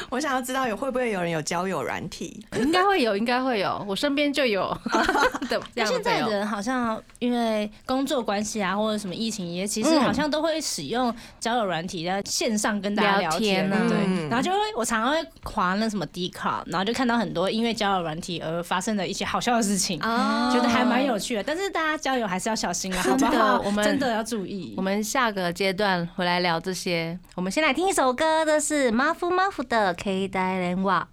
[SPEAKER 2] 我想要知道有会不会有人有交友软体？
[SPEAKER 4] 应该会有，应该会有，我身边就有 的这样的
[SPEAKER 3] 那现
[SPEAKER 4] 朋
[SPEAKER 3] 在
[SPEAKER 4] 友
[SPEAKER 3] 的。人好像因为工作关系啊，或者什么疫情也，其
[SPEAKER 4] 嗯
[SPEAKER 3] 实好像都会使用交友软体在线上跟大家
[SPEAKER 4] 聊
[SPEAKER 3] 聊
[SPEAKER 4] 天
[SPEAKER 3] 天
[SPEAKER 4] 啊
[SPEAKER 3] 对。
[SPEAKER 2] 嗯
[SPEAKER 3] 然后就会我常常会划那什么 d c a r 然后就看到很多因为交友软体而发生的一些好笑的事情，
[SPEAKER 4] 哦
[SPEAKER 2] 啊
[SPEAKER 3] 觉得还蛮有趣的。但是大家交友还是要小心啊，好
[SPEAKER 4] 真
[SPEAKER 3] 不
[SPEAKER 4] 的
[SPEAKER 3] 好？
[SPEAKER 4] 我们
[SPEAKER 3] 真的要注意。
[SPEAKER 4] 我们下个阶段回来聊这些。
[SPEAKER 1] 我们先来听一首歌，这是 Muff Muff 的《K 代人瓦》。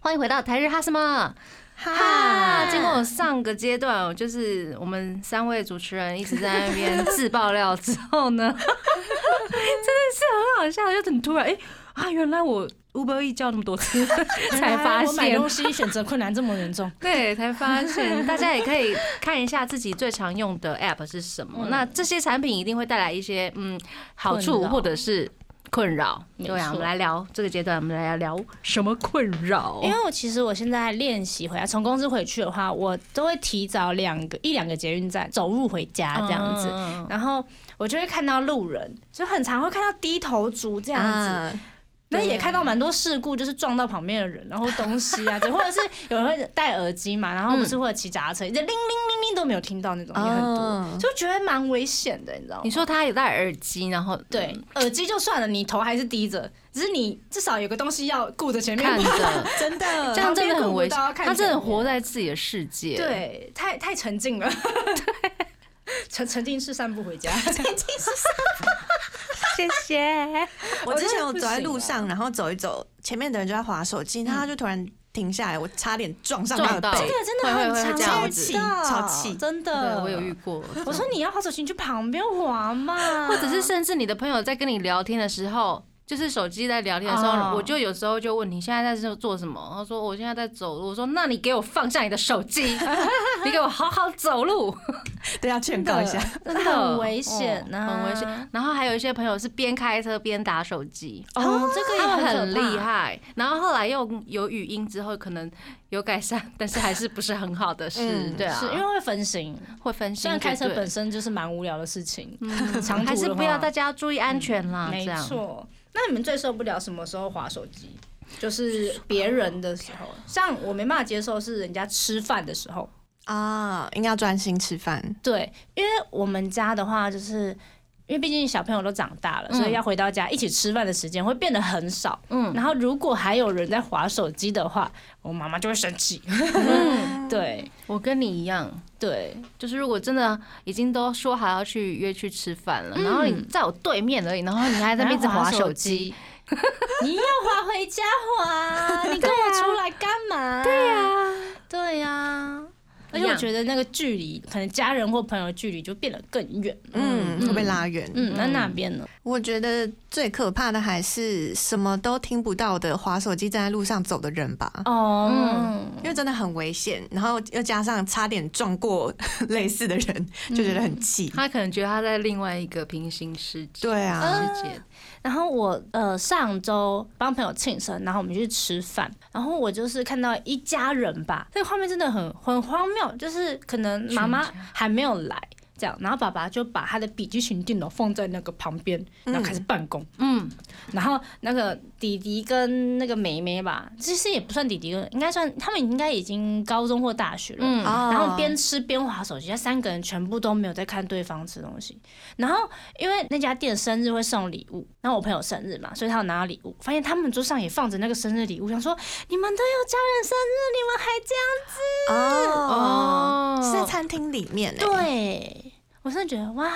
[SPEAKER 1] 欢迎回到台日哈什么？
[SPEAKER 4] 哈，经过我上个阶段，我就是我们三位主持人一直在那边自爆料之后 呢，真的是很好笑，就很突然，哎、啊，原来我 Uber E 叫那么多 次才发
[SPEAKER 3] 啊我买
[SPEAKER 4] 现
[SPEAKER 3] 东，西选择困难这么严重。
[SPEAKER 4] 对，才发现。大家也可以看一下自己最常用的 App 是什么。那这些产品一定会带来一些嗯好
[SPEAKER 3] 嗯困
[SPEAKER 4] 处
[SPEAKER 3] 扰
[SPEAKER 4] 或者是困扰。
[SPEAKER 3] 没
[SPEAKER 4] 对啊，我
[SPEAKER 3] 错
[SPEAKER 4] 们来聊这个阶段，我们来聊什么困扰？
[SPEAKER 3] 因为我其实我现在练习回来，从公司回去的话，我都会提早两个一两个捷运站走路回家这样子，
[SPEAKER 4] 嗯
[SPEAKER 3] 然后我就会看到路人，就很常会看到低头族这样子，
[SPEAKER 2] 啊，
[SPEAKER 3] 那、也看到蛮多事故，就是撞到旁边的人，然后东西啊，对或者是有人会戴耳机嘛，然后不是或者骑脚踏车，就铃铃铃铃都没有听到那种，也很
[SPEAKER 2] 哦
[SPEAKER 3] 多，就觉得蛮危险的，你知道吗？
[SPEAKER 4] 你说他有戴耳机，然后
[SPEAKER 3] 对，耳机就算了，你头还是低着，只是你至少有个东西要顾着前面
[SPEAKER 4] 嗯看
[SPEAKER 3] 吧。
[SPEAKER 4] 着，
[SPEAKER 2] 真 的
[SPEAKER 4] 这样真的很危险
[SPEAKER 3] 旁边顾不到要。看
[SPEAKER 4] 他真的
[SPEAKER 3] 前面
[SPEAKER 4] 活在自己的世界。，
[SPEAKER 3] 对，太太沉浸了。沉 沉浸式散 步回家，
[SPEAKER 1] 谢谢。
[SPEAKER 2] 我之前有走在路
[SPEAKER 3] 我
[SPEAKER 2] 上，然后走一走，前面的人就在划手机，然后他就突然停下来，我差点撞上他
[SPEAKER 4] 撞
[SPEAKER 2] 的
[SPEAKER 4] 到
[SPEAKER 2] 背。
[SPEAKER 3] 真
[SPEAKER 4] 的很欸常
[SPEAKER 2] 超
[SPEAKER 4] 超
[SPEAKER 2] 气，
[SPEAKER 4] 气
[SPEAKER 2] 超气！
[SPEAKER 3] 真
[SPEAKER 4] 对
[SPEAKER 3] 的，
[SPEAKER 4] 我有遇。过。
[SPEAKER 3] 我说你要滑手机，你去旁边滑嘛，
[SPEAKER 4] 或者是甚至你的朋友在跟你聊天的时候，就是手机在聊天的时
[SPEAKER 3] 哦
[SPEAKER 4] 候，我就有时候就问你现在在做做什么？他说我现在在走路。我说那你给我放下你的手机， 你给我好好走路，
[SPEAKER 2] 对，要劝告一下。
[SPEAKER 4] 真
[SPEAKER 3] 真的
[SPEAKER 4] 的
[SPEAKER 3] 很危险啊
[SPEAKER 4] 嗯
[SPEAKER 3] 呐，
[SPEAKER 4] 很危险。然后还有一些朋友是边开车边打手机。
[SPEAKER 3] 哦，这个也
[SPEAKER 4] 他们
[SPEAKER 3] 可
[SPEAKER 4] 很厉
[SPEAKER 3] 怕。
[SPEAKER 4] 害，然后后来又有语音之后，可能有改善，但是还是不是很好的事，
[SPEAKER 2] 嗯
[SPEAKER 4] 对啊，
[SPEAKER 3] 是因为会分心，
[SPEAKER 4] 会分心就
[SPEAKER 3] 虽然
[SPEAKER 4] 对
[SPEAKER 3] 开
[SPEAKER 4] 了，
[SPEAKER 3] 车本身就是蛮无聊的事情，长途
[SPEAKER 4] 还是
[SPEAKER 3] 的
[SPEAKER 4] 不要，
[SPEAKER 3] 话
[SPEAKER 4] 大家要注意安全啦，这
[SPEAKER 3] 没
[SPEAKER 4] 样。
[SPEAKER 3] 错。那你们最受不了什么时候划手机？啊就是别人的时候，像我没办法接受是人家吃饭的时候，
[SPEAKER 2] 啊，应该要专心吃饭。
[SPEAKER 3] 对，因为我们家的话，就是因为毕竟小朋友都长大了，所以要回到家一起吃饭的时间会变得很少。嗯，然后如果还有人在划手机的话，我妈妈就会生气。对
[SPEAKER 4] 嗯我跟你一样，
[SPEAKER 3] 对，
[SPEAKER 4] 就是如果真的已经都说好要去约去吃饭了，然后你在我对面而已，然后你还在那边一直
[SPEAKER 3] 划
[SPEAKER 4] 划嗯手机，，
[SPEAKER 3] 你要划回家划，你跟我出来干嘛？啊对啊呀、对呀、而且我觉得那个距离，可能家人或朋友的距离就变得更远。
[SPEAKER 2] 嗯，会被拉远。
[SPEAKER 3] 嗯，那那边呢？
[SPEAKER 2] 我觉得最可怕的还是什么都听不到的滑手机站在路上走的人吧，
[SPEAKER 3] 哦、
[SPEAKER 2] 因为真的很危险。然后又加上差点撞过 类似的人，就觉得很气。
[SPEAKER 4] 他可能觉得他在另外一个平行世界。
[SPEAKER 2] 对啊，
[SPEAKER 4] 世界，
[SPEAKER 3] 然后我呃上周帮朋友庆生，然后我们去吃饭，然后我就是看到一家人吧，这个画面真的很很荒谬，就是可能妈妈还没有来。这样，然后爸爸就把他的笔记型电脑放在那个旁边，然后开始办公。
[SPEAKER 4] 嗯，
[SPEAKER 3] 然后那个弟弟跟那个妹妹吧，其实也不算弟弟跟，应该算他们应该已经高中或大学了。
[SPEAKER 4] 嗯
[SPEAKER 3] 然后边吃边划手机，他三个人全部都没有在看对方吃东西。然后因为那家店生日会送礼物，然后我朋友生日嘛，所以他有拿到礼物，发现他们桌上也放着那个生日礼物，想说你们都有家人生日，你们还这样？
[SPEAKER 2] 哦，是在
[SPEAKER 4] 哦，
[SPEAKER 2] 餐厅里面欸
[SPEAKER 4] 啊
[SPEAKER 3] 对，我真的觉得哇，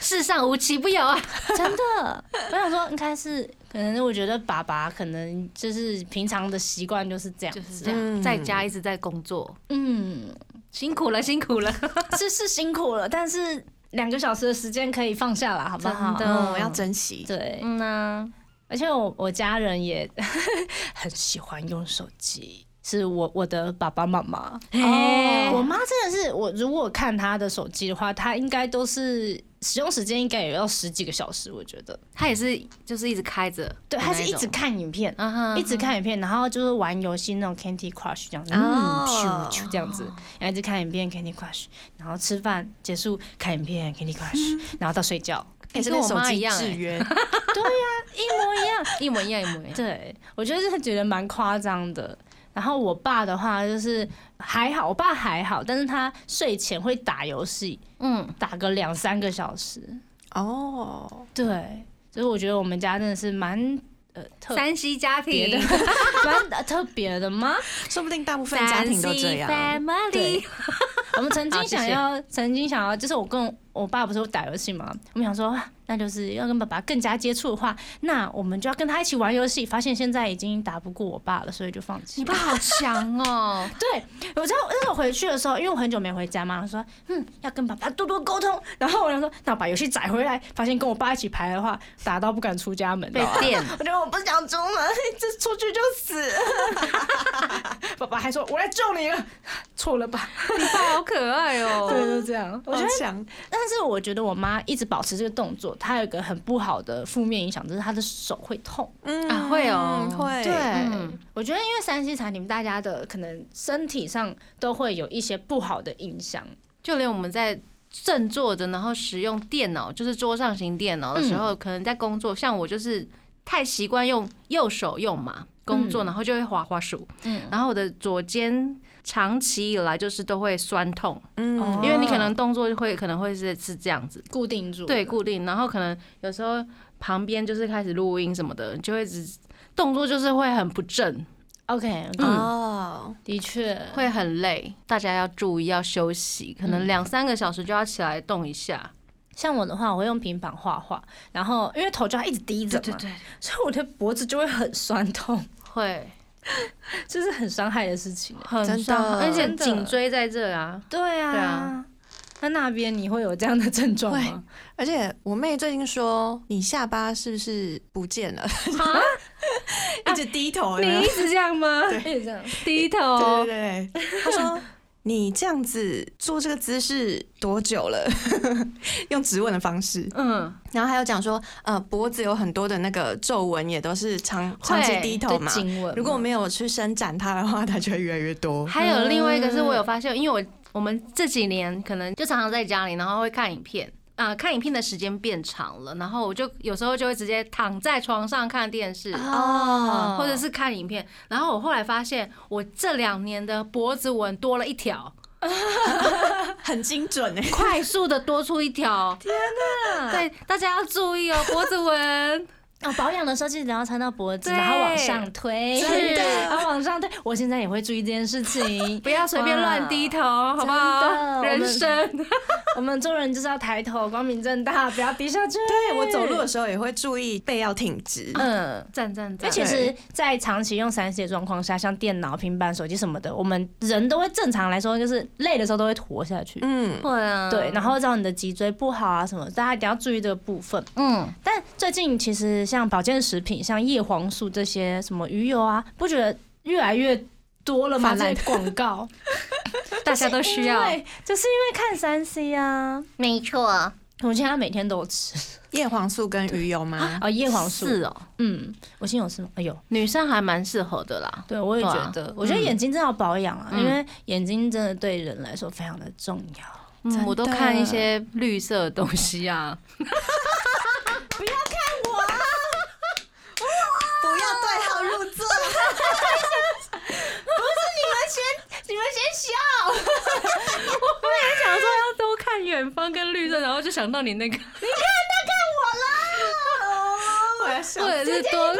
[SPEAKER 4] 世上无奇不有啊！
[SPEAKER 3] 真的，我想说应该是可能，我觉得爸爸可能就是平常的习惯就是这样
[SPEAKER 4] 就。是
[SPEAKER 3] 子
[SPEAKER 4] 这样，
[SPEAKER 2] 嗯
[SPEAKER 4] 在家一直在工作，
[SPEAKER 3] 嗯，
[SPEAKER 4] 辛苦了，辛苦了，
[SPEAKER 3] 是是辛苦了，但是两个小时的时间可以放下了，好不好？
[SPEAKER 4] 真的
[SPEAKER 2] 嗯，要珍惜。
[SPEAKER 3] 对，
[SPEAKER 4] 嗯
[SPEAKER 5] 啊
[SPEAKER 4] 呐。
[SPEAKER 3] 而且我我家人也 很喜欢用手机，是我我的爸爸妈妈。
[SPEAKER 4] 嘿
[SPEAKER 3] 我妈真的是我，如果看她的手机的话，她应该都是使用时间应该也要十几个小时，我觉得。
[SPEAKER 4] 他也是就是一直开着的那种，
[SPEAKER 3] 对，她是一直看影片，
[SPEAKER 4] 啊哈，
[SPEAKER 3] 一直看影片，然后就是玩游戏那种 Candy Crush 这样子，
[SPEAKER 2] 哦
[SPEAKER 3] 嗯，咻咻这样子，然后一直看影片 Candy Crush，然后吃饭结束看影片 Candy Crush，然后到睡觉，
[SPEAKER 2] 也
[SPEAKER 4] 嗯哎
[SPEAKER 2] 是
[SPEAKER 4] 跟
[SPEAKER 2] 被
[SPEAKER 4] 我
[SPEAKER 2] 手
[SPEAKER 4] 妈一
[SPEAKER 2] 机
[SPEAKER 4] 样
[SPEAKER 2] 制
[SPEAKER 4] 欸
[SPEAKER 2] 约。
[SPEAKER 3] 一模一样。
[SPEAKER 4] 一模一样，一模一 样。
[SPEAKER 3] 对，我觉得是觉得蛮夸张的。然后我爸的话就是还好，我爸还好，但是他睡前会打游戏，
[SPEAKER 4] 嗯，
[SPEAKER 3] 打个两三个小时。
[SPEAKER 2] 哦，
[SPEAKER 3] 对，所以我觉得我们家真的是蛮呃特
[SPEAKER 4] 嗯三 C 家
[SPEAKER 3] 别的
[SPEAKER 4] 庭，，
[SPEAKER 3] 蛮呃特别的吗？
[SPEAKER 2] 说不定大部分家庭都这样。
[SPEAKER 4] family，
[SPEAKER 3] 对我们曾
[SPEAKER 4] 好
[SPEAKER 3] 经
[SPEAKER 4] 谢
[SPEAKER 3] 想
[SPEAKER 4] 谢
[SPEAKER 3] 要，曾经想要，就是我跟我爸不是有打游戏嘛，我们想说，啊那就是要跟爸爸更加接触的话，那我们就要跟他一起玩游戏。发现现在已经打不过我爸了，所以就放弃
[SPEAKER 4] 你
[SPEAKER 3] 了。
[SPEAKER 4] 爸好强哦！
[SPEAKER 3] 对，我知道，因为我回去的时候，因为我很久没回家嘛，我说，嗯，要跟爸爸多多沟通。然后我就说，那我把游戏载回来，发现跟我爸一起排的话，打到不敢出家门， 啊
[SPEAKER 4] 被电，
[SPEAKER 3] 我觉得我不想出门，这出去就死。 爸爸还说，我来救你了，错了吧？
[SPEAKER 4] 你爸好可爱哦！
[SPEAKER 3] 对，就这样。我
[SPEAKER 2] 我
[SPEAKER 3] 觉得，
[SPEAKER 4] 啊
[SPEAKER 2] 想，
[SPEAKER 3] 但是我觉得我妈一直保持这个动作，她有一个很不好的负面影响，就是她的手会痛。
[SPEAKER 2] 嗯
[SPEAKER 4] 啊会哦
[SPEAKER 2] 会，
[SPEAKER 3] 对，
[SPEAKER 4] 嗯
[SPEAKER 3] 哎我觉得因为三 C 产品，大家的可能身体上都会有一些不好的影响。
[SPEAKER 4] 就连我们在正坐着，然后使用电脑，就是桌上型电脑的时
[SPEAKER 3] 嗯
[SPEAKER 4] 候，可能在工作，像我就是太习惯用右手用嘛工作，
[SPEAKER 3] 嗯
[SPEAKER 4] 然后就会滑滑鼠，
[SPEAKER 3] 嗯
[SPEAKER 4] 然后我的左肩长期以来就是都会酸痛，
[SPEAKER 2] 嗯
[SPEAKER 3] 哦
[SPEAKER 4] 因为你可能动作会可能会是是这样子，
[SPEAKER 3] 固定住，
[SPEAKER 4] 对，固定，然后可能有时候旁边就是开始录音什么的，就会只动作就是会很不正，
[SPEAKER 3] ，OK，
[SPEAKER 4] 嗯
[SPEAKER 2] 哦，
[SPEAKER 3] 的确
[SPEAKER 4] 会很累，大家要注意要休息，可
[SPEAKER 3] 嗯
[SPEAKER 4] 能两三个小时就要起来动一下。
[SPEAKER 3] 像我的话，我会用平板画画，然后因为头就要一直低着嘛，
[SPEAKER 4] 对，
[SPEAKER 3] 所以我的脖子就会很酸痛，
[SPEAKER 4] 会
[SPEAKER 3] 这是很伤害的事情。
[SPEAKER 4] 很
[SPEAKER 2] 真
[SPEAKER 4] 伤，
[SPEAKER 2] 的
[SPEAKER 4] 而且
[SPEAKER 3] 真的
[SPEAKER 4] 颈椎在这啊，
[SPEAKER 3] 对啊，
[SPEAKER 4] 对啊
[SPEAKER 3] 那那边你会有这样的症状吗？
[SPEAKER 2] 而且我妹最近说你下巴是不是不见了？
[SPEAKER 4] 啊
[SPEAKER 2] 一直低头有没有，
[SPEAKER 4] 直这样吗？
[SPEAKER 3] 一直这样，
[SPEAKER 4] 低
[SPEAKER 2] 对
[SPEAKER 4] 头，
[SPEAKER 2] 对对，她
[SPEAKER 4] 哦
[SPEAKER 2] 说。你这样子做这个姿势多久了？ 用质问的方式，
[SPEAKER 4] 嗯，
[SPEAKER 2] 然后还有讲说，呃，脖子有很多的那个皱纹，也都是长长期低头
[SPEAKER 3] 对
[SPEAKER 2] 嘛。
[SPEAKER 3] 颈纹。
[SPEAKER 2] 如果我没有去伸展它的话，它就会越来越 多。
[SPEAKER 4] 还有另外一个是我有发现，因为我我们这几年可能就常常在家里，然后会看影片。啊、看影片的时间变长了，然后我就有时候就会直接躺在床上看电视，啊
[SPEAKER 2] 哦
[SPEAKER 4] 或者是看影片。然后我后来发现，我这两年的脖子纹多了一 条，
[SPEAKER 2] 很精准哎、
[SPEAKER 4] 快速的多出一条。欸天哪！对，大家要注意哦，脖子纹。
[SPEAKER 3] 哦，保养的时候记得要穿到脖子，
[SPEAKER 4] 对
[SPEAKER 3] 然后往上推，
[SPEAKER 4] 真的
[SPEAKER 3] 然后往上推。我现在也会注意这件事情。
[SPEAKER 4] 不要随便乱低头，好不好？
[SPEAKER 3] 真的
[SPEAKER 4] 人生
[SPEAKER 3] 我们做人就是要抬头，光明正大，不要低下去。
[SPEAKER 2] 对我走路的时候也会注意背要挺直。
[SPEAKER 3] 嗯。
[SPEAKER 4] 赞赞
[SPEAKER 3] 因为
[SPEAKER 4] 赞！
[SPEAKER 3] 其实，在长期用三 C 的状况下，像电脑、平板、手机什么的，我们人都会正常来说，就是累的时候都会驼下去。
[SPEAKER 2] 嗯，
[SPEAKER 4] 会啊，
[SPEAKER 3] 对，然后让你的脊椎不好啊什么，大家一定要注意这个部分。
[SPEAKER 4] 嗯，
[SPEAKER 3] 但最近其实像保健食品，像叶黄素这些什么鱼油啊，不觉得越来越多了吗？
[SPEAKER 2] 泛
[SPEAKER 3] 这
[SPEAKER 2] 滥
[SPEAKER 3] 些广告
[SPEAKER 4] 大家都需要，
[SPEAKER 3] 对，就是因为看三 C 啊。
[SPEAKER 4] 没错，
[SPEAKER 3] 我现在每天都有吃
[SPEAKER 2] 叶黄素跟鱼油吗？
[SPEAKER 3] 啊，叶黄素，
[SPEAKER 4] 是哦，
[SPEAKER 3] 嗯，我现在有吃吗？哎呦，
[SPEAKER 4] 女生还蛮适合的啦。
[SPEAKER 3] 对我也
[SPEAKER 4] 对啊
[SPEAKER 3] 觉得，我觉得
[SPEAKER 4] 嗯
[SPEAKER 3] 眼睛真的要保养啊，
[SPEAKER 4] 嗯
[SPEAKER 3] 因为眼睛真的对人来说非常的重要。
[SPEAKER 4] 嗯，
[SPEAKER 2] 真
[SPEAKER 4] 我都
[SPEAKER 2] 的
[SPEAKER 4] 看一些绿色的东西 啊，
[SPEAKER 2] 不要对号入座。
[SPEAKER 3] 你们先笑，
[SPEAKER 4] 想说要多看远方跟绿色，然后就想到你 那个，
[SPEAKER 2] 我要笑
[SPEAKER 4] 或。者是多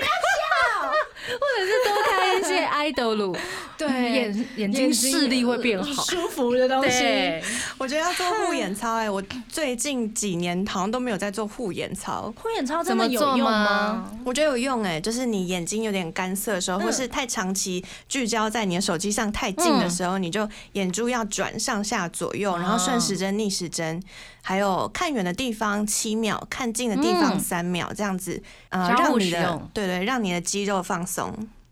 [SPEAKER 4] 或者是多看一些 idol，眼眼睛视力会变好。
[SPEAKER 3] 舒服的东西。
[SPEAKER 4] 对，
[SPEAKER 2] 我觉得要做护眼操哎、我最近几年好像都没有在做护眼操。
[SPEAKER 3] 护眼操
[SPEAKER 4] 怎
[SPEAKER 3] 真
[SPEAKER 4] 么
[SPEAKER 3] 的有
[SPEAKER 4] 做
[SPEAKER 3] 用
[SPEAKER 4] 吗
[SPEAKER 3] 吗？
[SPEAKER 2] 我觉得有用哎、就是你眼睛有点干涩的时候，或是太长期聚焦在你的手机上太近的时候，你就眼珠要转上下左右，然后顺时针、逆时针，还有看远的地方七秒，看近的地方
[SPEAKER 4] 嗯
[SPEAKER 2] 三秒，这样子，呃，
[SPEAKER 4] 交互
[SPEAKER 2] 让你
[SPEAKER 4] 使
[SPEAKER 2] 的
[SPEAKER 4] 用
[SPEAKER 2] 对对，让你的肌肉放松。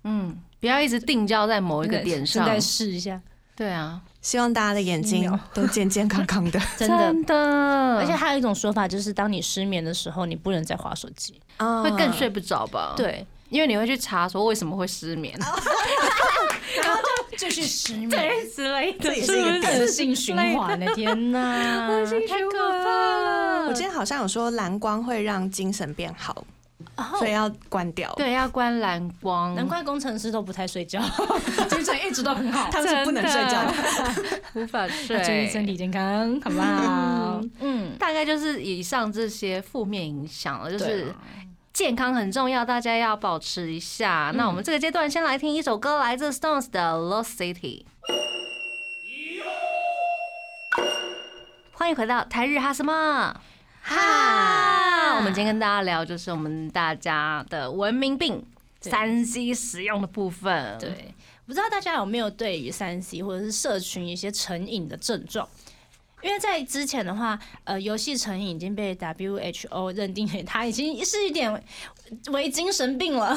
[SPEAKER 4] 嗯，不要一直定焦在某一个点上
[SPEAKER 3] 现。在试一下，
[SPEAKER 4] 对啊，
[SPEAKER 2] 希望大家的眼
[SPEAKER 3] 七
[SPEAKER 2] 睛
[SPEAKER 3] 秒
[SPEAKER 2] 都健健康康的
[SPEAKER 3] 真的。嗯
[SPEAKER 4] 的，而
[SPEAKER 3] 而且
[SPEAKER 4] 且
[SPEAKER 3] 还有一种说法，就是当你失眠的时候，你不能再划手机。
[SPEAKER 2] 啊
[SPEAKER 4] 会更睡不着吧？，哦
[SPEAKER 3] 对，
[SPEAKER 4] 嗯因为你会去查说为什么会失眠，
[SPEAKER 3] 就是失
[SPEAKER 4] 对，之类的，
[SPEAKER 2] 这也是一个
[SPEAKER 3] 啊恶性循环的，天哪，
[SPEAKER 4] 太可怕了。
[SPEAKER 1] 的
[SPEAKER 2] 我今天好像有说蓝光会让精神变好，
[SPEAKER 3] 哦
[SPEAKER 2] 所以要关掉。，
[SPEAKER 4] 对，要关蓝光，
[SPEAKER 3] 难怪工程师都不太睡觉， 精神一直都很 好。
[SPEAKER 2] 他们是不能睡觉的。
[SPEAKER 4] 无法
[SPEAKER 3] 要注意
[SPEAKER 4] 睡。
[SPEAKER 3] 身体健康，好不好？嗯，
[SPEAKER 4] 大概就是以上这些负面影响了，就
[SPEAKER 3] 对
[SPEAKER 4] 是
[SPEAKER 3] 啊
[SPEAKER 4] 健康很重要，大家要保持一下。那我们这个阶段先来听一首歌，来自 Stones 的《Lost City》。欢迎回到台日哈什么？哈！我们今天跟大家聊就是我们大家的文明病
[SPEAKER 3] 对
[SPEAKER 4] 三 C 使用的部分。，
[SPEAKER 3] 对，不知道大家有没有对于三 C 或者是社群一些成瘾的症状？因为在之前的话，呃，游戏成瘾已经被 WHO 认定为它已经是一点为精神病了。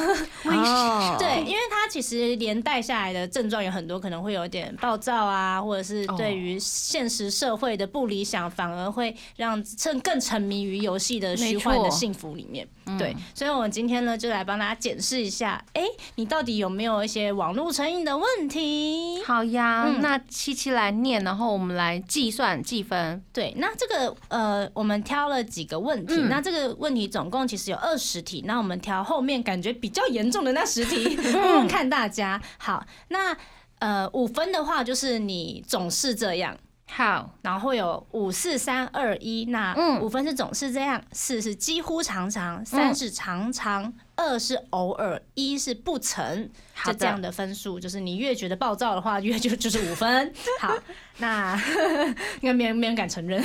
[SPEAKER 2] 哦，
[SPEAKER 3] 对，因为它其实连带下来的症状有很多，可能会有点暴躁啊，或者是
[SPEAKER 4] 哦
[SPEAKER 3] 对于现实社会的不理想，反而会让趁更沉迷于游戏的虚幻
[SPEAKER 4] 没
[SPEAKER 3] 的
[SPEAKER 4] 错嗯
[SPEAKER 3] 幸福里面。对，所以我们今天呢，就来帮大家检视一下，哎、你到底有没有一些网络成瘾的问题？
[SPEAKER 4] 好呀，
[SPEAKER 3] 嗯
[SPEAKER 4] 那七七来念，然后我们来计算计分。
[SPEAKER 3] 对，那这个呃，我们挑了几个问题，
[SPEAKER 4] 嗯
[SPEAKER 3] 那这个问题总共其实有二十题，那我们挑后面感觉比较严重的那十题，问问看大家。好，那呃五分的话就是你总是这样，
[SPEAKER 4] 好，
[SPEAKER 3] 然后会有五四三二一，那
[SPEAKER 4] 嗯
[SPEAKER 3] 五分是总是这样，四是几乎常常，三是常常，二是偶尔，一是不曾，
[SPEAKER 4] 好的
[SPEAKER 3] 就这样的分数，就是你越觉得暴躁的话，越就就是 五分。好，那 应该没人没人敢承认。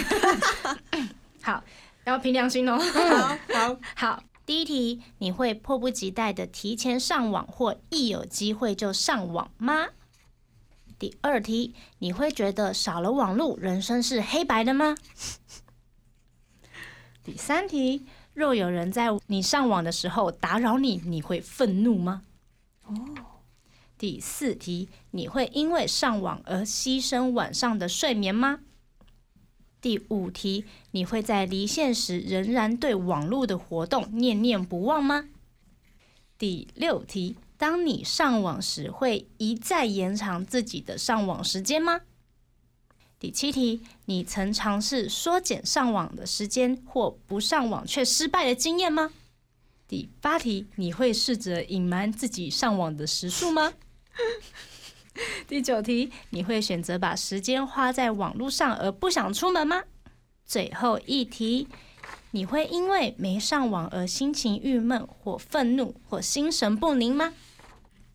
[SPEAKER 3] 好，要凭良心哦。
[SPEAKER 2] 好好，
[SPEAKER 3] 好，第一题，你会迫不及待的提前上网或一有机会就上网吗？第二题，你会觉得少了网络，人生是黑白的吗？第三题，若有人在你上网的时候打扰你，你会愤怒吗？哦。第四题，你会因为上网而牺牲晚上的睡眠吗？第五题，你会在离线时仍然对网络的活动念念不忘吗？第六题，当你上网时，会一再延长自己的上网时间吗？第七题，你曾尝试缩减上网的时间或不上网却失败的经验吗？第八题，你会试着隐瞒自己上网的时数吗？第九题，你会选择把时间花在网络上而不想出门吗？最后一题，你会因为没上网而心情郁闷或愤怒或心神不宁吗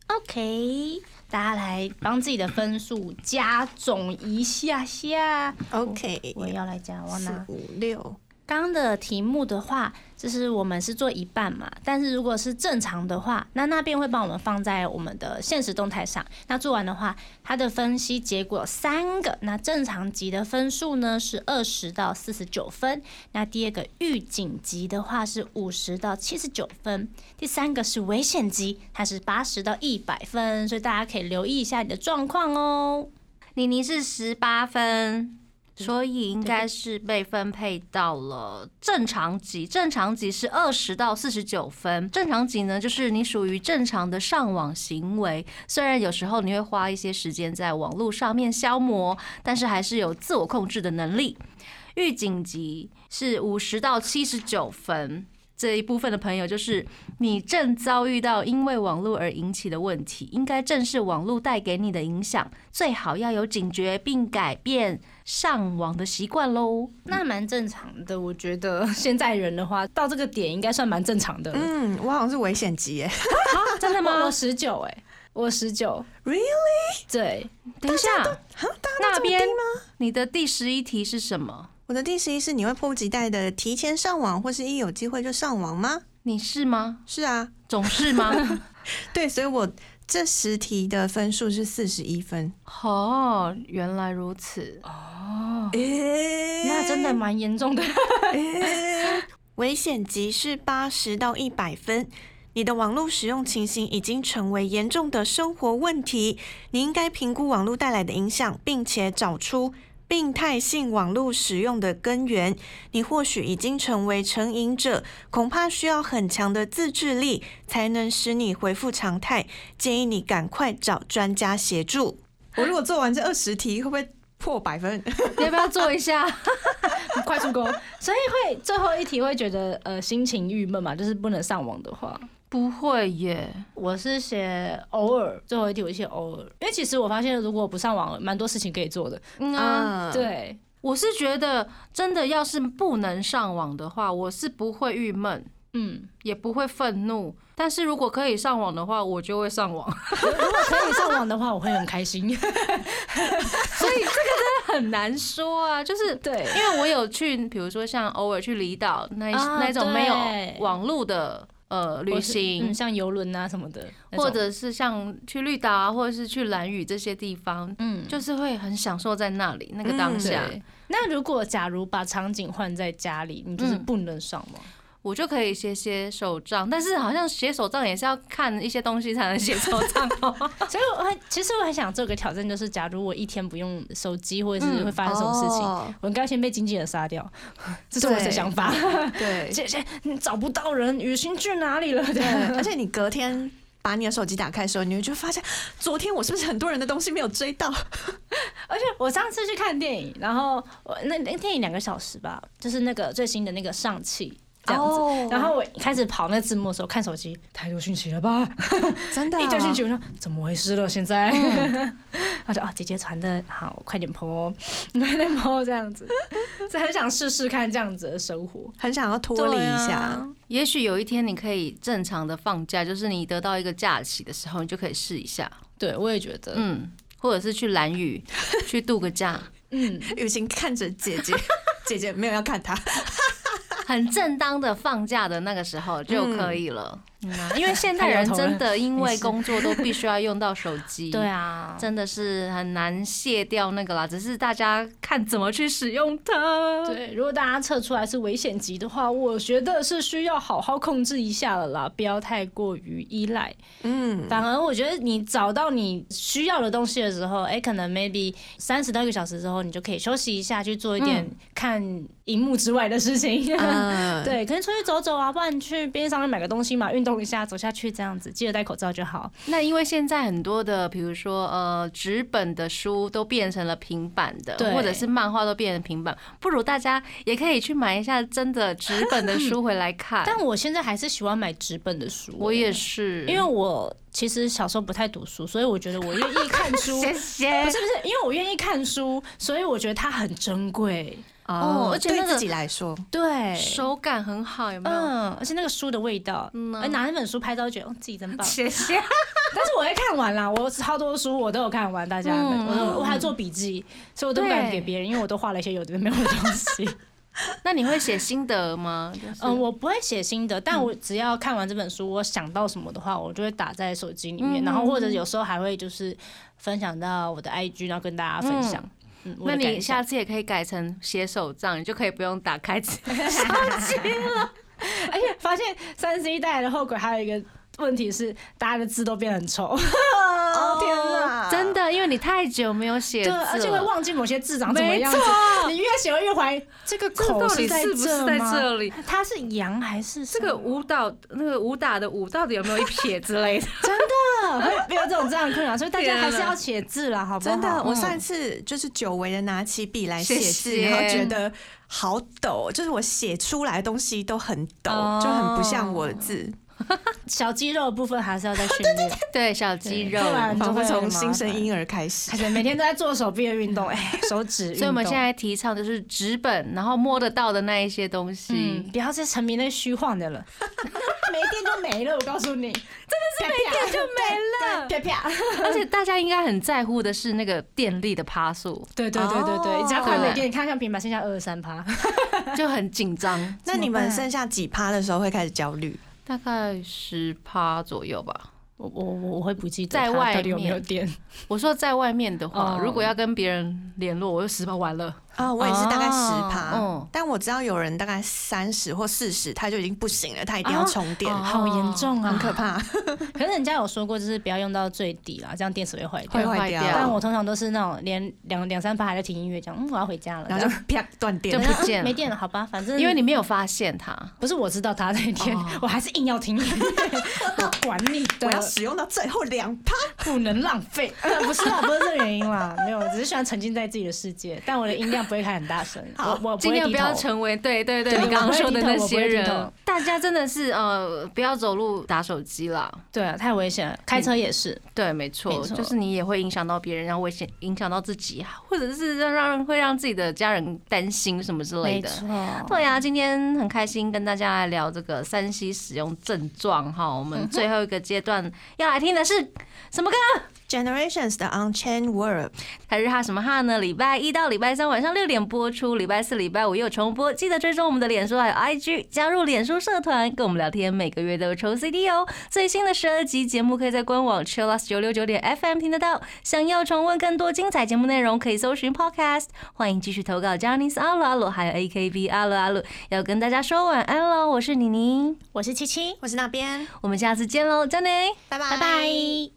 [SPEAKER 3] ？OK，大家来帮自己的分数加总一下下。
[SPEAKER 2] OK，
[SPEAKER 3] 我要来加，我要拿
[SPEAKER 2] 四。五六，
[SPEAKER 3] 刚刚的题目的话，就是我们是做一半嘛，但是如果是正常的话，那那边会帮我们放在我们的现实动态上。那做完的话，它的分析结果有三个，那正常级的分数呢是二十到四十九分，那第二个预警级的话是五十到七十九分，第三个是危险级，它是八十到一百分，所以大家可以留意一下你的状况哦。
[SPEAKER 4] 妮妮是十八分，所以应该是被分配到了正常级。正常级是二十到四十九分，正常级呢就是你属于正常的上网行为，虽然有时候你会花一些时间在网络上面消磨，但是还是有自我控制的能力。预警级是五十到七十九分。这一部分的朋友，就是你正遭遇到因为网络而引起的问题，应该正视网络带给你的影响，最好要有警觉并改变上网的习惯喽。
[SPEAKER 3] 那蛮正常的，我觉得现在人的话，到这个点应该算蛮正常的了。
[SPEAKER 2] 嗯，我好像是危险级 耶。
[SPEAKER 3] 啊真的吗？我十九哎，我十九
[SPEAKER 2] Really？
[SPEAKER 3] 对，
[SPEAKER 4] 等一下，那边你的第十一题是什么？
[SPEAKER 2] 我的第十一是你会迫不及待的提前上网，或是一有机会就上网吗？
[SPEAKER 4] 你是吗？
[SPEAKER 2] 是啊，
[SPEAKER 4] 总是吗？
[SPEAKER 2] 对，所以我这十题的分数是四十一分。
[SPEAKER 4] 哦，原来如此。
[SPEAKER 2] 诶
[SPEAKER 3] 哦那真的蛮严重的。
[SPEAKER 2] 危险级是八十到一百分。你的网络使用情形已经成为严重的生活问题，你应该评估网络带来的影响，并且找出病态性网络使用的根源。你或许已经成为成瘾者，恐怕需要很强的自制力才能使你恢复常态。建议你赶快找专家协助。我如果做完这二十题，会不会破百分？
[SPEAKER 4] 你要不要做一下？
[SPEAKER 3] 快速勾，所以会最后一题会觉得呃心情郁闷嘛，就是不能上网的话。
[SPEAKER 4] 不会耶，
[SPEAKER 3] 我是写偶尔，最后一题我写偶尔，因为其实我发现如果不上网，蛮多事情可以做的。
[SPEAKER 4] 嗯啊，
[SPEAKER 2] 嗯，，
[SPEAKER 3] 对，
[SPEAKER 4] 我是觉得真的要是不能上网的话，我是不会郁闷，
[SPEAKER 3] 嗯，
[SPEAKER 4] 也不会愤怒。但是如果可以上网的话，我就会上网。
[SPEAKER 3] 如果可以上网的话，我会很开 心。
[SPEAKER 4] 所以这个真的很难说啊，就是
[SPEAKER 3] 对
[SPEAKER 4] 因为我有去，比如说像偶尔去离岛那一、
[SPEAKER 3] 啊
[SPEAKER 4] 那种没
[SPEAKER 3] 对
[SPEAKER 4] 有网路的呃旅
[SPEAKER 3] 或是
[SPEAKER 4] 行
[SPEAKER 3] 嗯、，像游轮啊什么的，那种
[SPEAKER 4] 或者是像去绿岛啊，或者是去蓝屿这些地方，
[SPEAKER 3] 嗯，就
[SPEAKER 4] 就是会很享受在那里那个当下，
[SPEAKER 3] 对。那如果假如把场景换在家里，你就是
[SPEAKER 4] 嗯
[SPEAKER 3] 不能上网。
[SPEAKER 4] 我就可以写写手账，但是好像写手账也是要看一些东西才能写手账哦。
[SPEAKER 2] 啊
[SPEAKER 3] 所以我很，其实我很想做个挑战，就是假如我一天不用手机，或者是
[SPEAKER 4] 嗯
[SPEAKER 3] 会发生什么事情，
[SPEAKER 2] 哦
[SPEAKER 3] 我应该先被经纪人杀 掉，这是我的
[SPEAKER 2] 对
[SPEAKER 3] 想法。
[SPEAKER 2] 对
[SPEAKER 3] 姐姐，你找不到人，雨欣去哪里了？
[SPEAKER 2] 对
[SPEAKER 3] 对，
[SPEAKER 2] 而且你隔天。把你的手机打开的时候，你就会发现，昨天我是不是很多人的东西没有追到？
[SPEAKER 3] 而且 我上次去看电影，然后我那那电影两个小时吧，就是那个最新的那个上汽这样子。
[SPEAKER 2] 哦
[SPEAKER 3] 然后我一开始跑那字幕的时候，看手机太多讯息了吧？
[SPEAKER 2] 真的、啊
[SPEAKER 4] 啊
[SPEAKER 3] 一堆讯息，我说怎么回事了？现在，
[SPEAKER 4] 嗯
[SPEAKER 3] 他说啊，姐姐传的好，我快点 po，你 快点 po 这样子，所以很想试试看这样子的生活。
[SPEAKER 2] 很想要脱离一
[SPEAKER 4] 对
[SPEAKER 2] 下。
[SPEAKER 4] 啊也许有一天你可以正常的放假，就是你得到一个假期的时候，你就可以试一下，
[SPEAKER 3] 对，我也觉得，
[SPEAKER 4] 嗯，或者是去蓝屿去度个假，
[SPEAKER 3] 嗯，
[SPEAKER 2] 雨欣看着姐 姐，姐姐没有要看她，
[SPEAKER 4] 很正当的放假的那个时候就可以了。嗯啊因为现代人 真的因为工作都必须要用到手机，
[SPEAKER 3] 对，啊，
[SPEAKER 4] 真的是很难卸掉那个啦。只是大家看怎么去使用它。
[SPEAKER 3] 对，如果大家测出来是危险级的话，我觉得是需要好好控制一下了啦，不要太过于依赖。
[SPEAKER 2] 嗯，
[SPEAKER 3] 反而我觉得你找到你需要的东西的时候，哎、可能 maybe 三十到一个小时之后，你就可以休息一下，去做一点
[SPEAKER 4] 嗯
[SPEAKER 3] 看荧幕之外的事情。
[SPEAKER 2] 嗯，
[SPEAKER 3] 对，可能出去走走啊，不然你去边上买个东西嘛，运动一下，走下去这样子，记得戴口罩就好。
[SPEAKER 4] 那因为现在很多的，比如说呃，纸本的书都变成了平板的
[SPEAKER 3] 对，
[SPEAKER 4] 或者是漫画都变成平板，不如大家也可以去买一下真的纸本的书回来看。
[SPEAKER 3] 但我现在还是喜欢买纸本的书、欸
[SPEAKER 4] 我也是，
[SPEAKER 3] 因为我其实小时候不太读书，所以我觉得我愿 意看书
[SPEAKER 4] 谢谢
[SPEAKER 3] 不是不是，因为我愿意看书，所以我觉得它很珍贵。
[SPEAKER 4] 哦而且那
[SPEAKER 2] 对
[SPEAKER 4] 个
[SPEAKER 2] 自己来说，
[SPEAKER 3] 对
[SPEAKER 4] 手感很好，有没有？
[SPEAKER 3] 嗯，而且那个书的味道，
[SPEAKER 4] 嗯啊
[SPEAKER 3] 而拿那本书拍照，觉得哦自己真棒。
[SPEAKER 4] 谢谢。
[SPEAKER 3] 但是我会看完啦，我超多书我都有看完，大家的
[SPEAKER 4] 嗯
[SPEAKER 3] 我都我还做笔记，所以我都不敢给别人，因为我都画了一些有的没有的东西。
[SPEAKER 4] 那你会写心得吗？就是
[SPEAKER 3] 嗯，我不会写心得，但我只要看完这本书，我想到什么的话，我就会打在手机里面，
[SPEAKER 4] 嗯
[SPEAKER 3] 然后或者有时候还会就是分享到我的 IG，然后跟大家分享。嗯，我
[SPEAKER 4] 那
[SPEAKER 3] 的
[SPEAKER 4] 你
[SPEAKER 3] 感想
[SPEAKER 4] 下次也可以改成写手账，你就可以不用打开纸。
[SPEAKER 3] 而且发现三十一代的后悔还有一个问题是，大家的字都变得很丑。哦天哪！
[SPEAKER 4] 真的，因为你太久没有写字
[SPEAKER 3] 对，
[SPEAKER 4] 了，
[SPEAKER 3] 而且会忘记某些字长怎么样子
[SPEAKER 4] 没。
[SPEAKER 3] 你越写会越怀疑，这个
[SPEAKER 4] 这
[SPEAKER 3] 口
[SPEAKER 4] 到底
[SPEAKER 3] 在
[SPEAKER 4] 是不是在
[SPEAKER 3] 吗？
[SPEAKER 4] 这里？
[SPEAKER 3] 它是羊还是
[SPEAKER 4] 这 个舞蹈那个武打的舞到底有没有一撇之类的？
[SPEAKER 3] 没有这种这样的困扰，所以大家还是要写字啦，好不好？
[SPEAKER 2] 真的，嗯我上一次就是久违的拿起笔来写字，
[SPEAKER 4] 谢谢
[SPEAKER 2] 然后觉得好抖，就是我写出来的东西都很抖，就很不像我的字，
[SPEAKER 3] 小肌肉的部分还是要 再训练，
[SPEAKER 4] 对，小肌肉
[SPEAKER 3] 不。然
[SPEAKER 2] 仿
[SPEAKER 3] 就
[SPEAKER 2] 佛
[SPEAKER 3] 会
[SPEAKER 2] 从
[SPEAKER 3] 很麻
[SPEAKER 2] 新生
[SPEAKER 3] 烦。
[SPEAKER 2] 婴儿开始
[SPEAKER 3] 而。且每天都在做手臂的运动，哎，手指运动。
[SPEAKER 4] 所以我们现在提倡就是纸本，然后摸得到的那一些东西
[SPEAKER 3] 嗯，。不要再沉迷那虚幻的了， 没电就没了，我告诉 你，真的是没电就没了，啪啪。
[SPEAKER 4] 而且大家应该很在乎的是那个电力的趴数，
[SPEAKER 3] 对对对对对，只要快没
[SPEAKER 4] 哦对
[SPEAKER 3] 电，你看看平板剩下二十三趴，
[SPEAKER 4] 就很紧张，
[SPEAKER 2] 那你们剩下几趴的时候会开始焦虑？
[SPEAKER 4] 大概十趴左右吧。
[SPEAKER 3] 我我我我会不记得
[SPEAKER 4] 在
[SPEAKER 3] 它
[SPEAKER 4] 外
[SPEAKER 3] 到底有没有
[SPEAKER 4] 面
[SPEAKER 3] 电，
[SPEAKER 4] 我说在外面的话
[SPEAKER 3] 哦，
[SPEAKER 4] 如果要跟别人联络，我就十趴完了。
[SPEAKER 2] 啊哦，我也是大概十
[SPEAKER 3] 哦
[SPEAKER 2] 趴，
[SPEAKER 4] 嗯
[SPEAKER 2] 但我知道有人大概三十或四十，他就已经不行了，他一定要充电，
[SPEAKER 4] 哦
[SPEAKER 3] 好严重啊，
[SPEAKER 2] 很可。怕。
[SPEAKER 3] 可是人家有说过，就是不要用到最低啦，这样电池会坏掉
[SPEAKER 2] 会。坏掉
[SPEAKER 3] 但我通常都是那种连两两三趴还在听音乐，讲嗯我要回家了，
[SPEAKER 2] 然 后就啪断电
[SPEAKER 4] 就
[SPEAKER 3] 这
[SPEAKER 2] 了，
[SPEAKER 3] 样
[SPEAKER 4] 不见了
[SPEAKER 3] 没电了，好 吧，反正
[SPEAKER 4] 因为你没有发现它。
[SPEAKER 3] 不是我知道他在电，我还是硬要听音乐， 我管你的
[SPEAKER 2] 我，要使用到最后两趴。
[SPEAKER 3] 不能浪费。不是啦，不是这个原因啦，没有，只是喜欢沉浸在自己的世界，但我的音量不会开很大声，
[SPEAKER 2] 好
[SPEAKER 3] 我我
[SPEAKER 4] 尽
[SPEAKER 3] 会
[SPEAKER 4] 量
[SPEAKER 3] 低
[SPEAKER 4] 不要
[SPEAKER 3] 头
[SPEAKER 4] 成为对对对
[SPEAKER 3] 对
[SPEAKER 4] 你刚刚说的那
[SPEAKER 3] 我不会
[SPEAKER 4] 些
[SPEAKER 3] 低头我不会低头
[SPEAKER 4] 人，大家真的是呃，不要走路打手机啦。
[SPEAKER 3] 对啊，太危险了，开车也是。
[SPEAKER 4] 对，没错，
[SPEAKER 3] 没错
[SPEAKER 4] 就是你也会影响到别人，然后会影响影响到自己，或者是让让会让自己的家人担心什么之类的。对呀、今天很开心跟大家来聊这个三 C 使用症状哈。我们最后一个阶段要来听的是什么歌？
[SPEAKER 2] Generations 的 Unchained World，
[SPEAKER 4] 台日哈什么哈呢？礼拜一到礼拜三晚上六点播出，礼拜四、礼拜五又重播。记得追踪我们的脸书还有 IG，加入脸书社团跟我们聊天，每个月都有抽 CD 哦。最新的十二集节目可以在官网 chillus 九六九点 FM 听得到。想要重温更多精彩节目内容，可以搜寻 Podcast。欢迎继续投稿 j a n i c e 阿鲁阿鲁还有 AKB 阿鲁阿鲁，要跟大家说晚安喽。我是妮妮，
[SPEAKER 3] 我是七七，
[SPEAKER 2] 我是那边，
[SPEAKER 4] 我们下次见喽，j a n i
[SPEAKER 2] 拜拜
[SPEAKER 3] 拜拜。